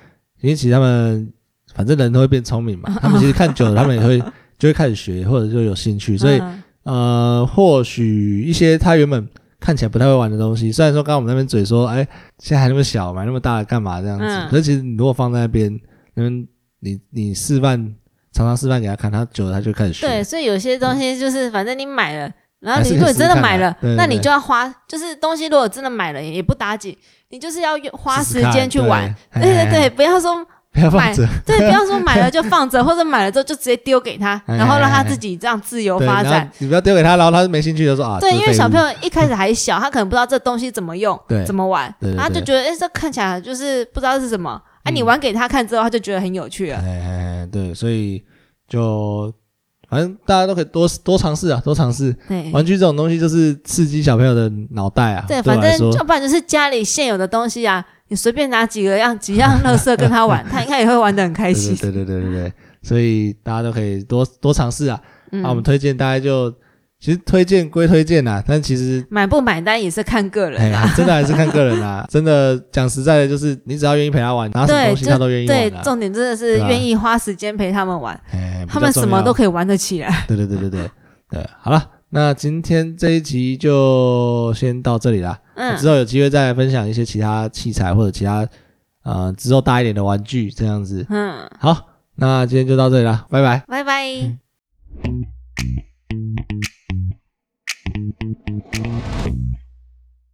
[SPEAKER 1] 因为其实他们反正人都会变聪明嘛，他们其实看久了，他们也会就会开始学，或者就有兴趣，所以。
[SPEAKER 2] 嗯
[SPEAKER 1] 呃，或许一些他原本看起来不太会玩的东西，虽然说刚刚我们那边嘴说，哎，现在还那么小，买那么大的干嘛这样子？
[SPEAKER 2] 嗯
[SPEAKER 1] 可是其实你如果放在那边，嗯，你你示范，常常示范给他看，他久了他就开始学。
[SPEAKER 2] 对，所以有些东西就是，反正你买了，然
[SPEAKER 1] 还
[SPEAKER 2] 后
[SPEAKER 1] 是
[SPEAKER 2] 你
[SPEAKER 1] 可以
[SPEAKER 2] 如果真
[SPEAKER 1] 试试
[SPEAKER 2] 的
[SPEAKER 1] 看啊
[SPEAKER 2] 买了，
[SPEAKER 1] 对对
[SPEAKER 2] 那你
[SPEAKER 1] 对
[SPEAKER 2] 就要花，就是东西如果真的买了也不打紧，你就是要用花时间去玩。
[SPEAKER 1] 试试看
[SPEAKER 2] 对
[SPEAKER 1] 对哎
[SPEAKER 2] 对对，不要说
[SPEAKER 1] 不要放着， [laughs]
[SPEAKER 2] 对，不要说买了就放着，或者买了之后就直接丢给他，
[SPEAKER 1] 哎
[SPEAKER 2] 然后让他
[SPEAKER 1] 哎哎
[SPEAKER 2] 自己这样自由
[SPEAKER 1] 对
[SPEAKER 2] 发
[SPEAKER 1] 然
[SPEAKER 2] 展
[SPEAKER 1] 后。你不要丢给他，然后他没兴趣的说啊，
[SPEAKER 2] 对，因为小朋
[SPEAKER 1] 友
[SPEAKER 2] 友一开始还小，他可能不知道这东西怎么用
[SPEAKER 1] 对，
[SPEAKER 2] 怎么玩，
[SPEAKER 1] 对对
[SPEAKER 2] 然后他就
[SPEAKER 1] 对
[SPEAKER 2] 觉得哎，这看起来就是不知道是什么。哎，你
[SPEAKER 1] 嗯
[SPEAKER 2] 玩给他看之后，他就觉得很有趣了。
[SPEAKER 1] 哎哎哎，对，所以就反正大家都可以多多尝试啊，多尝试。
[SPEAKER 2] 对，
[SPEAKER 1] 玩具这种东西就是刺激小朋友的脑袋啊，
[SPEAKER 2] 对，
[SPEAKER 1] 我
[SPEAKER 2] 反
[SPEAKER 1] 来
[SPEAKER 2] 正
[SPEAKER 1] 说
[SPEAKER 2] 要不然就是家里现有的东西啊，你随便拿几个样几样垃圾跟他
[SPEAKER 1] [laughs]
[SPEAKER 2] 玩，他应该也会玩的很开心。
[SPEAKER 1] 对对对对对对对，所以大家都可以多多尝试啊。
[SPEAKER 2] 嗯，
[SPEAKER 1] 啊，我们推荐大家就其实推荐归推荐呐、但其实
[SPEAKER 2] 买不买单也是看个
[SPEAKER 1] 哎
[SPEAKER 2] 人啊
[SPEAKER 1] 呀
[SPEAKER 2] 啦。，
[SPEAKER 1] 真的还是看个人
[SPEAKER 2] [laughs]
[SPEAKER 1] 啦、真的讲实在的，就是你只要愿意陪他玩，拿什么
[SPEAKER 2] 对，
[SPEAKER 1] 东西
[SPEAKER 2] 就
[SPEAKER 1] 他都愿意
[SPEAKER 2] 对
[SPEAKER 1] 玩、，啊。
[SPEAKER 2] 重点真的是
[SPEAKER 1] 对啊
[SPEAKER 2] 愿意花时间陪他们玩，
[SPEAKER 1] 哎，比较
[SPEAKER 2] 他们
[SPEAKER 1] 重
[SPEAKER 2] 什么
[SPEAKER 1] 要
[SPEAKER 2] 都可以玩得起来。 [laughs]
[SPEAKER 1] 对对对对对对，好了，那今天这一集就先到这里啦。
[SPEAKER 2] 嗯，
[SPEAKER 1] 之后有机会再来分享一些其他器材或者其他呃之后大一点的玩具这样子。
[SPEAKER 2] 嗯，
[SPEAKER 1] 好，那今天就到这里啦，拜拜。
[SPEAKER 2] 拜拜。